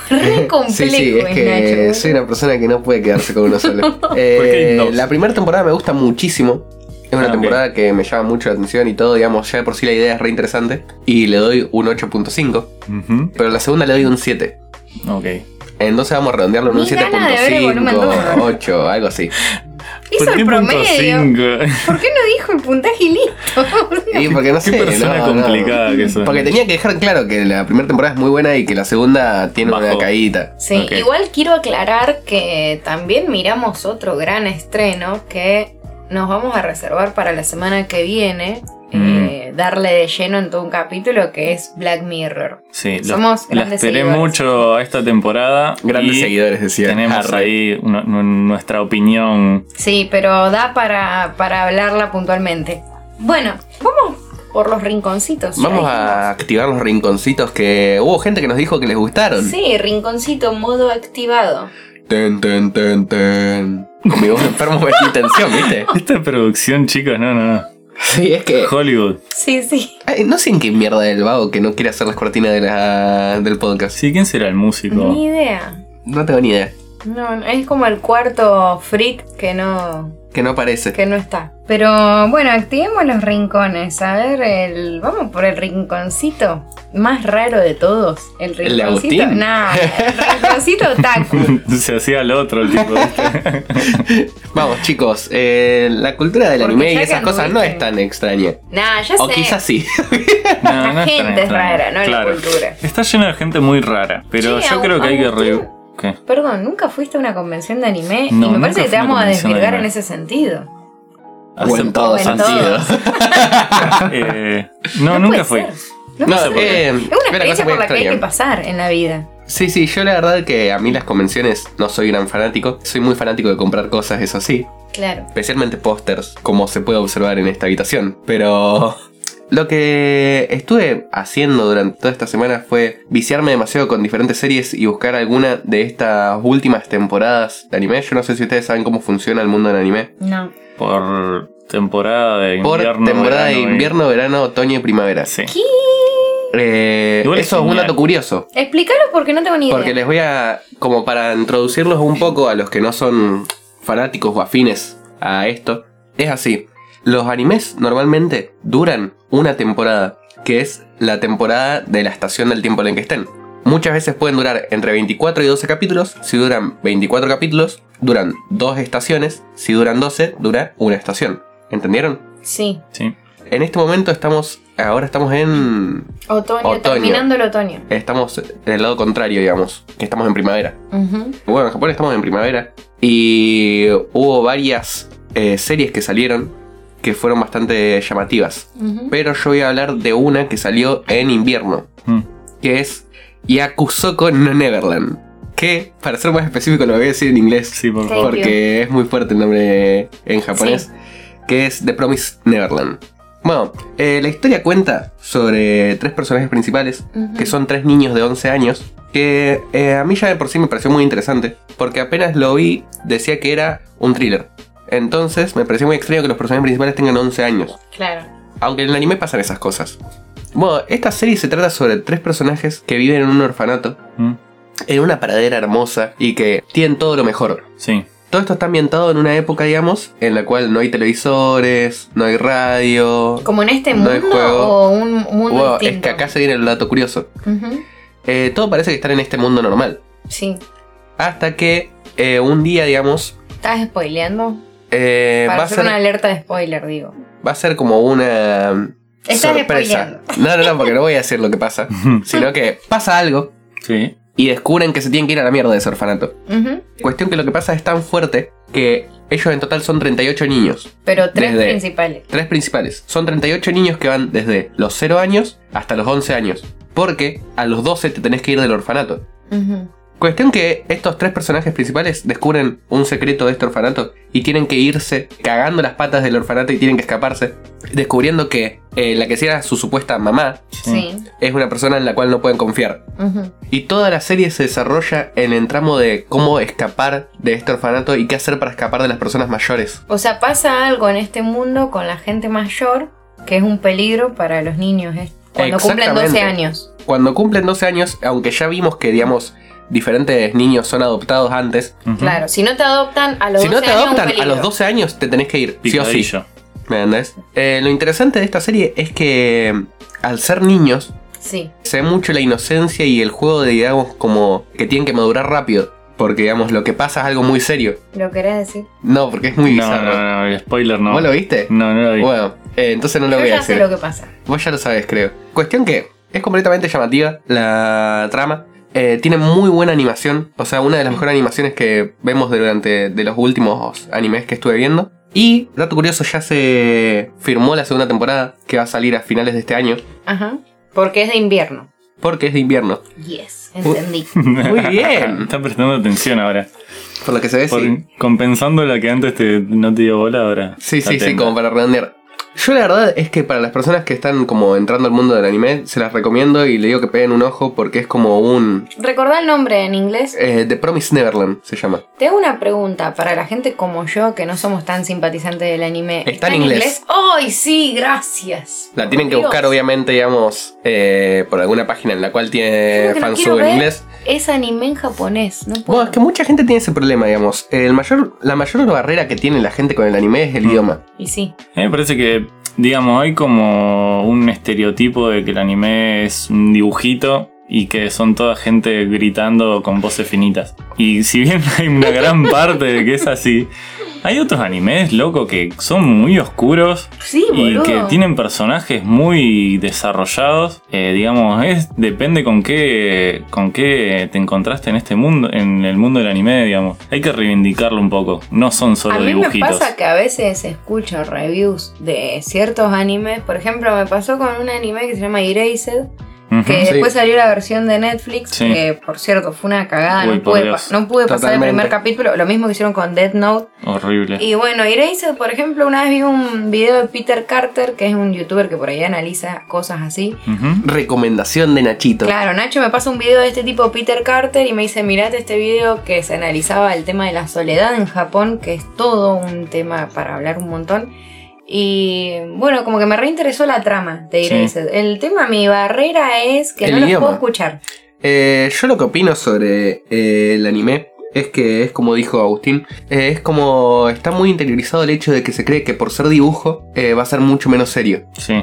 [SPEAKER 2] Re complejo
[SPEAKER 1] Eh, Sí, sí, es que
[SPEAKER 2] Nacho.
[SPEAKER 1] soy una persona que no puede quedarse con uno
[SPEAKER 2] [laughs]
[SPEAKER 1] solo. Eh,
[SPEAKER 3] ¿Por qué hay dos?
[SPEAKER 1] la primera temporada me gusta muchísimo. Es una
[SPEAKER 3] Ah, ok.
[SPEAKER 1] temporada que me llama mucho la atención y todo, digamos, ya de por sí la idea es re interesante. Y le doy un 8.5,
[SPEAKER 3] Ujú.
[SPEAKER 1] pero la segunda le doy un 7.
[SPEAKER 3] Ok.
[SPEAKER 1] Entonces vamos a redondearlo en un
[SPEAKER 2] Ni ganas de ver el volumen
[SPEAKER 1] 7.5,
[SPEAKER 2] dos.
[SPEAKER 1] 8, algo
[SPEAKER 2] [laughs]
[SPEAKER 1] así.
[SPEAKER 2] Hizo el promedio.
[SPEAKER 3] cinco?
[SPEAKER 2] ¿Por qué no dijo el puntaje y listo?
[SPEAKER 1] [laughs] Y porque no
[SPEAKER 3] Qué
[SPEAKER 1] sé,
[SPEAKER 3] persona
[SPEAKER 1] no, no.
[SPEAKER 3] complicada que sos.
[SPEAKER 1] Porque tenía que dejar claro que la primera temporada es muy buena y que la segunda tiene una
[SPEAKER 3] Bajó.
[SPEAKER 1] caída.
[SPEAKER 2] Sí,
[SPEAKER 3] Ok.
[SPEAKER 2] igual quiero aclarar que también miramos otro gran estreno que nos vamos a reservar para la semana que viene. eh,
[SPEAKER 1] Mm.
[SPEAKER 2] darle de lleno en todo un capítulo que es Black Mirror.
[SPEAKER 3] Sí, lo-
[SPEAKER 2] Somos
[SPEAKER 3] la
[SPEAKER 2] grandes
[SPEAKER 3] esperé
[SPEAKER 2] seguidores.
[SPEAKER 3] mucho a esta temporada.
[SPEAKER 1] Grandes
[SPEAKER 3] y
[SPEAKER 1] seguidores, decía.
[SPEAKER 3] Tenemos
[SPEAKER 1] Arre.
[SPEAKER 3] ahí una- nu- nuestra opinión.
[SPEAKER 2] Sí, pero da para, para hablarla puntualmente. Bueno, vamos por los rinconcitos. ya
[SPEAKER 1] Vamos a activar los rinconcitos que hubo gente que nos dijo que les
[SPEAKER 2] dijimos.
[SPEAKER 1] gustaron.
[SPEAKER 2] Sí, rinconcito modo activado.
[SPEAKER 1] Ten, ten, ten, ten. Con mi voz de enfermo metí tensión,
[SPEAKER 2] [laughs]
[SPEAKER 1] ¿viste?
[SPEAKER 3] Esta producción, chicos, no, no, no.
[SPEAKER 1] Sí, es que.
[SPEAKER 3] Hollywood.
[SPEAKER 2] Sí, sí.
[SPEAKER 1] Ay, no sé en qué mierda del vago que no quiere hacer las cortinas de la- del podcast.
[SPEAKER 3] Sí, ¿quién será el músico?
[SPEAKER 2] Ni idea.
[SPEAKER 1] No tengo ni idea.
[SPEAKER 2] No, no, es como el cuarto freak que no,
[SPEAKER 1] Que no aparece.
[SPEAKER 2] que no está. Pero bueno, activemos los rincones. A ver, el, vamos por el rinconcito más raro de todos. El
[SPEAKER 1] ¿El de
[SPEAKER 2] rinconcito.
[SPEAKER 1] Agustín?
[SPEAKER 2] no, el
[SPEAKER 3] [laughs]
[SPEAKER 2] rinconcito otaku.
[SPEAKER 3] Se hacía el otro el
[SPEAKER 2] [laughs]
[SPEAKER 3] tipo. ¿viste?
[SPEAKER 1] Vamos, chicos. eh, la cultura del
[SPEAKER 2] Porque
[SPEAKER 1] anime y
[SPEAKER 2] ya que
[SPEAKER 1] esas cosas no
[SPEAKER 2] anduviste.
[SPEAKER 1] es tan extraña.
[SPEAKER 2] Nah, ya
[SPEAKER 1] O
[SPEAKER 2] sé.
[SPEAKER 1] quizás [laughs] sí.
[SPEAKER 3] No, no
[SPEAKER 2] La
[SPEAKER 3] es tan
[SPEAKER 2] gente es
[SPEAKER 3] extraño.
[SPEAKER 2] rara, no la cultura.
[SPEAKER 3] Está lleno de gente muy rara. Pero
[SPEAKER 2] Che,
[SPEAKER 3] yo
[SPEAKER 2] Agu-
[SPEAKER 3] creo que hay que re...
[SPEAKER 2] Agustín. [laughs]
[SPEAKER 3] ¿Qué?
[SPEAKER 2] Perdón, nunca fuiste a una convención de anime
[SPEAKER 3] No,
[SPEAKER 2] y me parece
[SPEAKER 3] nunca
[SPEAKER 2] que te
[SPEAKER 3] fui
[SPEAKER 2] vamos
[SPEAKER 3] a una
[SPEAKER 2] a
[SPEAKER 3] convención de
[SPEAKER 2] desvirgar
[SPEAKER 3] anime.
[SPEAKER 2] en ese sentido.
[SPEAKER 1] O en todo
[SPEAKER 2] O en
[SPEAKER 1] sentido.
[SPEAKER 2] todo.
[SPEAKER 3] Eh, no,
[SPEAKER 2] No
[SPEAKER 3] nunca
[SPEAKER 2] puede
[SPEAKER 3] fue.
[SPEAKER 2] ser. No,
[SPEAKER 1] No,
[SPEAKER 2] pasa nada.
[SPEAKER 1] eh,
[SPEAKER 2] es
[SPEAKER 1] era
[SPEAKER 2] una
[SPEAKER 1] cosa
[SPEAKER 2] experiencia
[SPEAKER 1] muy
[SPEAKER 2] por la que hay que
[SPEAKER 1] extraña.
[SPEAKER 2] pasar en la vida.
[SPEAKER 1] Sí, sí, yo la verdad que a mí las convenciones no soy gran fanático. Soy muy fanático de comprar cosas, eso sí.
[SPEAKER 2] Claro.
[SPEAKER 1] especialmente pósters, como se puede observar en esta habitación. Pero [laughs] lo que estuve haciendo durante toda esta semana fue viciarme demasiado con diferentes series y buscar alguna de estas últimas temporadas de anime. Yo no sé si ustedes saben cómo funciona el mundo del anime.
[SPEAKER 2] No.
[SPEAKER 3] Por temporada de
[SPEAKER 1] Por
[SPEAKER 3] invierno.
[SPEAKER 1] temporada de
[SPEAKER 3] verano eh. y-
[SPEAKER 1] invierno, verano, otoño y primavera.
[SPEAKER 3] Sí.
[SPEAKER 2] ¿Qué?
[SPEAKER 1] Eh,
[SPEAKER 3] Igual es
[SPEAKER 1] eso es un
[SPEAKER 3] genial.
[SPEAKER 1] dato curioso.
[SPEAKER 2] Explícalo porque no tengo ni idea.
[SPEAKER 1] Porque les voy a, como para introducirlos un poco a los que no son fanáticos o afines a esto, es así. Los animes normalmente duran una temporada, que es la temporada de la estación del tiempo en la que estén. Muchas veces pueden durar entre 24 y 12 capítulos. Si duran 24 capítulos, duran dos estaciones. Si duran 12, dura una estación. ¿Entendieron?
[SPEAKER 2] Sí.
[SPEAKER 3] Sí.
[SPEAKER 1] en este momento estamos, ahora estamos en,
[SPEAKER 2] Otoño,
[SPEAKER 1] Otoño.
[SPEAKER 2] terminando el otoño.
[SPEAKER 1] estamos en el lado contrario, digamos, que estamos en primavera.
[SPEAKER 2] Ujú.
[SPEAKER 1] Bueno, en Japón estamos en primavera y hubo varias eh, series que salieron que fueron bastante llamativas.
[SPEAKER 2] Ujú.
[SPEAKER 1] Pero yo voy a hablar de una que salió en invierno,
[SPEAKER 3] Mm.
[SPEAKER 1] que es Yakusoko no Neverland. Que, para ser más específico, lo voy a decir en inglés,
[SPEAKER 3] Sí, por
[SPEAKER 2] Sí.
[SPEAKER 3] favor.
[SPEAKER 1] porque es muy fuerte el nombre en japonés, que es The Promised Neverland. Bueno, eh, la historia cuenta sobre tres personajes principales,
[SPEAKER 2] Ujú.
[SPEAKER 1] que son tres niños de 11 años, que eh, a mí ya de por sí me pareció muy interesante, porque apenas lo vi decía que era un thriller. Entonces me pareció muy extraño que los personajes principales tengan 11 años.
[SPEAKER 2] Claro.
[SPEAKER 1] Aunque en el anime pasan esas cosas. Bueno, esta serie se trata sobre tres personajes que viven en un orfanato,
[SPEAKER 3] Mm.
[SPEAKER 1] en una paradera hermosa y que tienen todo lo mejor.
[SPEAKER 3] Sí.
[SPEAKER 1] Todo esto está ambientado en una época, digamos, en la cual no hay televisores, no hay radio.
[SPEAKER 2] ¿Como en este
[SPEAKER 1] No hay
[SPEAKER 2] mundo
[SPEAKER 1] juego.
[SPEAKER 2] o un mundo
[SPEAKER 1] Bueno, es
[SPEAKER 2] distinto?
[SPEAKER 1] que acá se viene el dato curioso.
[SPEAKER 2] Ujú.
[SPEAKER 1] Eh, todo parece que están en este mundo normal.
[SPEAKER 2] Sí.
[SPEAKER 1] Hasta que eh, un día, digamos,
[SPEAKER 2] ¿Estás spoileando?
[SPEAKER 1] eh, va,
[SPEAKER 2] Para
[SPEAKER 1] a
[SPEAKER 2] hacer
[SPEAKER 1] ser,
[SPEAKER 2] una alerta de spoiler, digo.
[SPEAKER 1] va a ser como una
[SPEAKER 2] Estás
[SPEAKER 1] sorpresa. No, no, no, porque no voy a decir lo que pasa. Sino que pasa algo
[SPEAKER 3] sí.
[SPEAKER 1] y descubren que se tienen que ir a la mierda de ese orfanato.
[SPEAKER 2] Ujú.
[SPEAKER 1] Cuestión que lo que pasa es tan fuerte que ellos en total son 38 niños,
[SPEAKER 2] Pero tres
[SPEAKER 1] Desde-
[SPEAKER 2] principales.
[SPEAKER 1] tres principales. Son 38 niños que van desde los 0 años hasta los 11 años, porque a los 12 te tenés que ir del orfanato.
[SPEAKER 2] Ujú.
[SPEAKER 1] Cuestión que estos tres personajes principales descubren un secreto de este orfanato y tienen que irse cagando las patas del orfanato y tienen que escaparse, descubriendo que eh, la que sí era su supuesta mamá
[SPEAKER 2] Sí.
[SPEAKER 1] es una persona en la cual no pueden confiar.
[SPEAKER 2] Ujú.
[SPEAKER 1] Y toda la serie se desarrolla en el tramo de cómo escapar de este orfanato y qué hacer para escapar de las personas mayores.
[SPEAKER 2] O sea, pasa algo en este mundo con la gente mayor que es un peligro para los niños eh, cuando cumplen 12
[SPEAKER 1] Exactamente.
[SPEAKER 2] años.
[SPEAKER 1] Cuando cumplen 12 años, aunque ya vimos que, digamos, diferentes niños son adoptados antes,
[SPEAKER 3] Ujú.
[SPEAKER 2] Claro, si no te adoptan a los
[SPEAKER 1] si
[SPEAKER 2] 12
[SPEAKER 1] no te
[SPEAKER 2] años es un
[SPEAKER 1] adoptan a
[SPEAKER 2] peligro.
[SPEAKER 1] los 12 años, te tenés que ir, sí o sí.
[SPEAKER 3] Picadillo.
[SPEAKER 1] ¿Me entendés? Eh, lo interesante de esta serie es que, mm, al ser niños,
[SPEAKER 2] Sí.
[SPEAKER 1] se ve mucho la inocencia y el juego de, digamos, como que tienen que madurar rápido. Porque, digamos, lo que pasa es algo muy serio.
[SPEAKER 2] ¿Lo querés decir?
[SPEAKER 1] No, porque es muy
[SPEAKER 3] No, no,
[SPEAKER 1] bizarro.
[SPEAKER 3] no, el spoiler no.
[SPEAKER 1] ¿Vos lo viste?
[SPEAKER 3] No, no lo vi. [laughs]
[SPEAKER 1] Bueno, eh, entonces no lo
[SPEAKER 2] Yo
[SPEAKER 1] voy a
[SPEAKER 2] ya sé
[SPEAKER 1] decir.
[SPEAKER 2] lo que pasa.
[SPEAKER 1] Vos ya lo sabés, creo. Cuestión que es completamente llamativa la trama. Eh, tiene muy buena animación. O sea, una de las mejores animaciones que vemos durante de los últimos animes que estuve viendo. Y, dato curioso, ya se firmó la segunda temporada que va a salir a finales de este año.
[SPEAKER 2] Ajá. Porque es de invierno.
[SPEAKER 1] Porque es de invierno. [laughs]
[SPEAKER 2] Yes, entendí.
[SPEAKER 1] Muy bien.
[SPEAKER 3] Está prestando atención ahora.
[SPEAKER 1] Por lo que se ve,
[SPEAKER 3] Por-
[SPEAKER 1] sí.
[SPEAKER 3] Compensando la que antes te, no te dio bola ahora.
[SPEAKER 1] Sí, sí, sí,
[SPEAKER 3] atenta.
[SPEAKER 1] como para redondear. Yo la verdad es que para las personas que están como entrando al mundo del anime, se las recomiendo y le digo que peguen un ojo porque es como un...
[SPEAKER 2] Recordá el nombre en inglés.
[SPEAKER 1] eh, The Promise Neverland se llama.
[SPEAKER 2] Te hago una pregunta para la gente como yo, que no somos tan simpatizantes del anime.
[SPEAKER 1] Está en inglés.
[SPEAKER 2] ¡Ay, sí! Gracias.
[SPEAKER 1] La tienen que
[SPEAKER 2] Dios.
[SPEAKER 1] buscar, obviamente, digamos, eh, por alguna página en la cual
[SPEAKER 2] Yo
[SPEAKER 1] tiene
[SPEAKER 2] lo que no
[SPEAKER 1] fansub
[SPEAKER 2] quiero
[SPEAKER 1] en
[SPEAKER 2] ver
[SPEAKER 1] inglés.
[SPEAKER 2] Es anime en japonés, no puedo.
[SPEAKER 1] Bueno, es que mucha gente tiene ese problema, digamos. El mayor, la mayor barrera que tiene la gente con el anime es el
[SPEAKER 3] Mm.
[SPEAKER 1] idioma.
[SPEAKER 2] Y sí.
[SPEAKER 3] A mí me parece que, digamos, hay como un estereotipo de que el anime es un dibujito y que son toda gente gritando con voces finitas. Y si bien [laughs] hay una gran parte de que es así, hay otros animes, loco, que son muy oscuros
[SPEAKER 2] Sí,
[SPEAKER 3] y
[SPEAKER 2] boludo.
[SPEAKER 3] que tienen personajes muy desarrollados. Eh, digamos, es depende con qué, con qué te encontraste en este mundo, en el mundo del anime, digamos. Hay que reivindicarlo un poco. No son solo
[SPEAKER 2] A mí me
[SPEAKER 3] dibujitos.
[SPEAKER 2] pasa que a veces escucho reviews de ciertos animes. Por ejemplo, me pasó con un anime que se llama Erased,
[SPEAKER 3] Ujú.
[SPEAKER 2] que
[SPEAKER 1] Sí.
[SPEAKER 2] después salió la versión de Netflix,
[SPEAKER 3] Sí.
[SPEAKER 2] que por cierto fue una cagada.
[SPEAKER 3] Uy,
[SPEAKER 2] no,
[SPEAKER 3] por
[SPEAKER 2] pude,
[SPEAKER 3] Dios.
[SPEAKER 2] pa- no pude pasar el
[SPEAKER 1] Totalmente.
[SPEAKER 2] primer capítulo. Lo mismo que hicieron con Death Note.
[SPEAKER 3] Horrible.
[SPEAKER 2] Y bueno, Erased, por ejemplo, una vez vi un video de Peter Carter, que es un youtuber que por ahí analiza cosas así.
[SPEAKER 3] Ujú.
[SPEAKER 1] Recomendación de Nachito.
[SPEAKER 2] Claro, Nacho me pasa un video de este tipo Peter Carter y me dice, mirate este video que se analizaba el tema de la soledad en Japón, que es todo un tema para hablar un montón. Y bueno, como que me reinteresó la trama de
[SPEAKER 3] Sí.
[SPEAKER 2] Erased. El tema, mi barrera es que
[SPEAKER 1] El
[SPEAKER 2] no los
[SPEAKER 1] idioma.
[SPEAKER 2] puedo escuchar. [laughs]
[SPEAKER 1] Eh, yo lo que opino sobre eh, el anime es que es como dijo Agustín, eh, es como está muy interiorizado el hecho de que se cree que por ser dibujo eh, va a ser mucho menos serio.
[SPEAKER 3] Sí.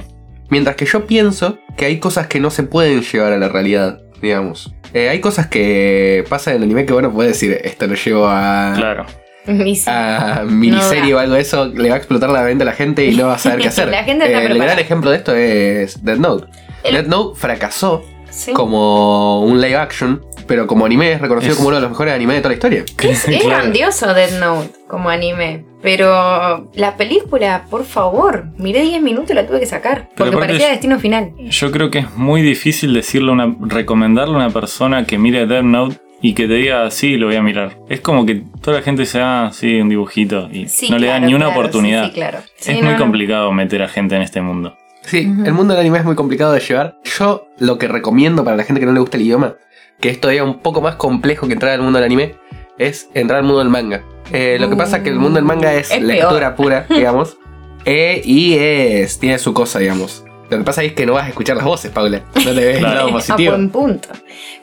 [SPEAKER 1] Mientras que yo pienso que hay cosas que no se pueden llevar a la realidad, digamos. Eh, hay cosas que pasan en el anime que bueno, puedes decir, esto lo llevo a...
[SPEAKER 3] Claro.
[SPEAKER 2] Y sí.
[SPEAKER 1] a miniserie
[SPEAKER 2] No,
[SPEAKER 1] o algo de eso, le va a explotar la mente a la gente y no va a
[SPEAKER 2] [laughs]
[SPEAKER 1] saber qué hacer.
[SPEAKER 2] La gente está
[SPEAKER 1] Eh, el
[SPEAKER 2] preparada.
[SPEAKER 1] gran ejemplo de esto es Dead Note.
[SPEAKER 2] El-
[SPEAKER 1] Dead Note fracasó
[SPEAKER 2] Sí.
[SPEAKER 1] como un live action, pero como anime es reconocido
[SPEAKER 3] Es-
[SPEAKER 1] como uno de los mejores animes de toda la historia.
[SPEAKER 2] Es, es
[SPEAKER 3] Claro.
[SPEAKER 2] grandioso Death Note como anime, pero la película, por favor, miré 10 minutos y la tuve que sacar, porque
[SPEAKER 3] aparte
[SPEAKER 2] parecía
[SPEAKER 3] es-
[SPEAKER 2] destino final.
[SPEAKER 3] Yo creo que es muy difícil decirle a una, recomendarle a una persona que mire Death Note y que te diga, sí, lo voy a mirar. Es como que toda la gente dice, ah, sí, un dibujito. Y
[SPEAKER 2] Sí,
[SPEAKER 3] no le da
[SPEAKER 2] claro,
[SPEAKER 3] ni una
[SPEAKER 2] claro, sí,
[SPEAKER 3] oportunidad.
[SPEAKER 2] Sí, claro. Sí,
[SPEAKER 3] es
[SPEAKER 2] no,
[SPEAKER 3] muy
[SPEAKER 2] no.
[SPEAKER 3] complicado meter a gente en este mundo.
[SPEAKER 1] Sí,
[SPEAKER 2] Ujú.
[SPEAKER 1] el mundo del anime es muy complicado de llevar. Yo lo que recomiendo para la gente que no le gusta el idioma, que es todavía un poco más complejo que entrar al mundo del anime, es entrar al mundo del manga. Eh, lo que pasa es que el mundo del manga es,
[SPEAKER 2] Es peor.
[SPEAKER 1] lectura
[SPEAKER 2] [laughs]
[SPEAKER 1] pura, digamos, eh, y es tiene su cosa, digamos. Lo que pasa es que no vas a escuchar las voces, Paula. No te ves el
[SPEAKER 3] Claro.
[SPEAKER 1] lado
[SPEAKER 2] A [laughs]
[SPEAKER 1] positivo.
[SPEAKER 2] buen punto.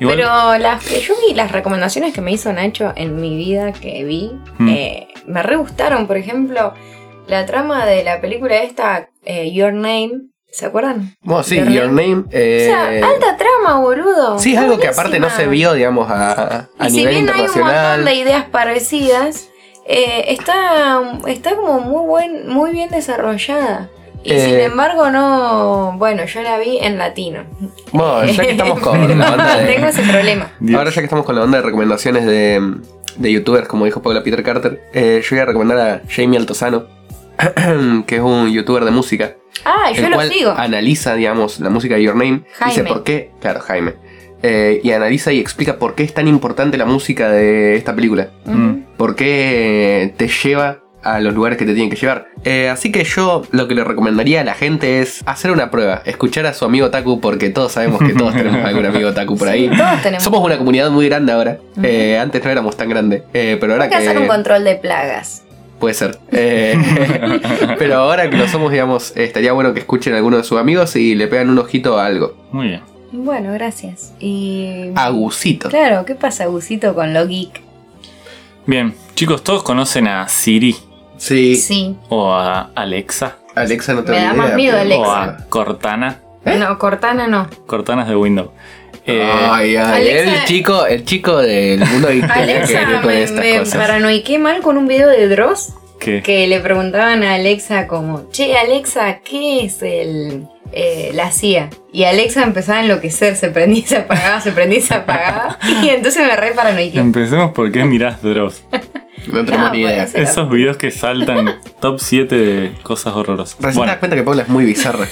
[SPEAKER 3] Igual,
[SPEAKER 2] Pero las que yo vi, las recomendaciones que me hizo Nacho en mi vida que vi,
[SPEAKER 3] Mm.
[SPEAKER 2] eh, me re gustaron. Por ejemplo, la trama de la película esta, eh, Your Name, ¿se acuerdan?
[SPEAKER 1] Bueno, sí,
[SPEAKER 2] ¿Verdad?
[SPEAKER 1] Your Name.
[SPEAKER 2] o
[SPEAKER 1] eh,
[SPEAKER 2] sea, alta trama, boludo.
[SPEAKER 1] sí, es algo que
[SPEAKER 2] Buenísima.
[SPEAKER 1] aparte no se vio, digamos, a, a
[SPEAKER 2] y si
[SPEAKER 1] nivel
[SPEAKER 2] bien hay un montón
[SPEAKER 1] internacional.
[SPEAKER 2] de ideas parecidas, eh, está, está como muy, buen, muy bien desarrollada. Y
[SPEAKER 1] Eh.
[SPEAKER 2] sin embargo, no. Bueno, yo la vi en latino.
[SPEAKER 1] Bueno, ya que
[SPEAKER 2] [laughs]
[SPEAKER 1] estamos con la banda de,
[SPEAKER 2] Tengo ese problema.
[SPEAKER 3] Dios.
[SPEAKER 1] Ahora ya que estamos con la onda de recomendaciones de, de youtubers, como dijo Paula Peter Carter, eh, yo voy a recomendar a Jamie Altozano, [clears throat] que es un youtuber de música,
[SPEAKER 2] Ah, yo
[SPEAKER 1] el
[SPEAKER 2] lo
[SPEAKER 1] cual
[SPEAKER 2] sigo.
[SPEAKER 1] analiza, digamos, la música de Your Name, dice
[SPEAKER 2] Jaime.
[SPEAKER 1] por qué, claro, Jaime, eh, y analiza y explica por qué es tan importante la música de esta película,
[SPEAKER 2] Ujú.
[SPEAKER 1] por qué te lleva a los lugares que te tienen que llevar. Eh, así que yo lo que le recomendaría a la gente es hacer una prueba, escuchar a su amigo Taku, porque todos sabemos que todos tenemos algún amigo Taku por
[SPEAKER 2] Sí,
[SPEAKER 1] ahí.
[SPEAKER 2] todos tenemos.
[SPEAKER 1] Somos una comunidad muy grande ahora.
[SPEAKER 2] Ujú.
[SPEAKER 1] Eh, antes no éramos tan grande. Eh, pero ahora
[SPEAKER 2] Hay que hacer un
[SPEAKER 1] que.
[SPEAKER 2] control de plagas.
[SPEAKER 1] Puede ser. Eh, [laughs] pero ahora que lo somos, digamos, eh, estaría bueno que escuchen a alguno de sus amigos y le pegan un ojito a algo.
[SPEAKER 3] Muy bien.
[SPEAKER 2] Bueno, gracias. Y.
[SPEAKER 1] Ah. Agusito.
[SPEAKER 2] Claro, ¿qué pasa, Gusito, con lo geek?
[SPEAKER 3] Bien, chicos, todos conocen a Siri
[SPEAKER 1] Sí.
[SPEAKER 2] Sí.
[SPEAKER 3] o a Alexa
[SPEAKER 1] Alexa no te
[SPEAKER 2] Me da más miedo
[SPEAKER 3] o
[SPEAKER 2] Alexa.
[SPEAKER 3] a Cortana.
[SPEAKER 1] ¿Eh?
[SPEAKER 2] No,
[SPEAKER 1] [laughs]
[SPEAKER 2] Cortana no.
[SPEAKER 3] Cortanas de Windows. Eh,
[SPEAKER 1] Ah. ay, ay.
[SPEAKER 2] Alexa-
[SPEAKER 1] El chico, el chico del mundo geek tenía que
[SPEAKER 2] Alexa,
[SPEAKER 1] venir con
[SPEAKER 2] me,
[SPEAKER 1] estas
[SPEAKER 2] me
[SPEAKER 1] cosas.
[SPEAKER 2] paranoiqué mal con un video de Dross
[SPEAKER 3] ¿qué?
[SPEAKER 2] que le preguntaban a Alexa como, che Alexa, ¿qué es el eh, la CIA? Y Alexa empezaba a enloquecer, se prendía y se apagaba, se prendía y se [laughs] apagaba. y entonces me re paranoiqué.
[SPEAKER 3] Empecemos por qué mirás Dross.
[SPEAKER 1] No tenemos
[SPEAKER 2] No,
[SPEAKER 1] ni
[SPEAKER 2] puede
[SPEAKER 1] idea.
[SPEAKER 2] ser.
[SPEAKER 3] Esos videos que saltan top 7 de cosas horrorosas.
[SPEAKER 1] Recién te
[SPEAKER 3] Bueno,
[SPEAKER 1] das cuenta que Paula es muy
[SPEAKER 3] [laughs]
[SPEAKER 1] bizarra.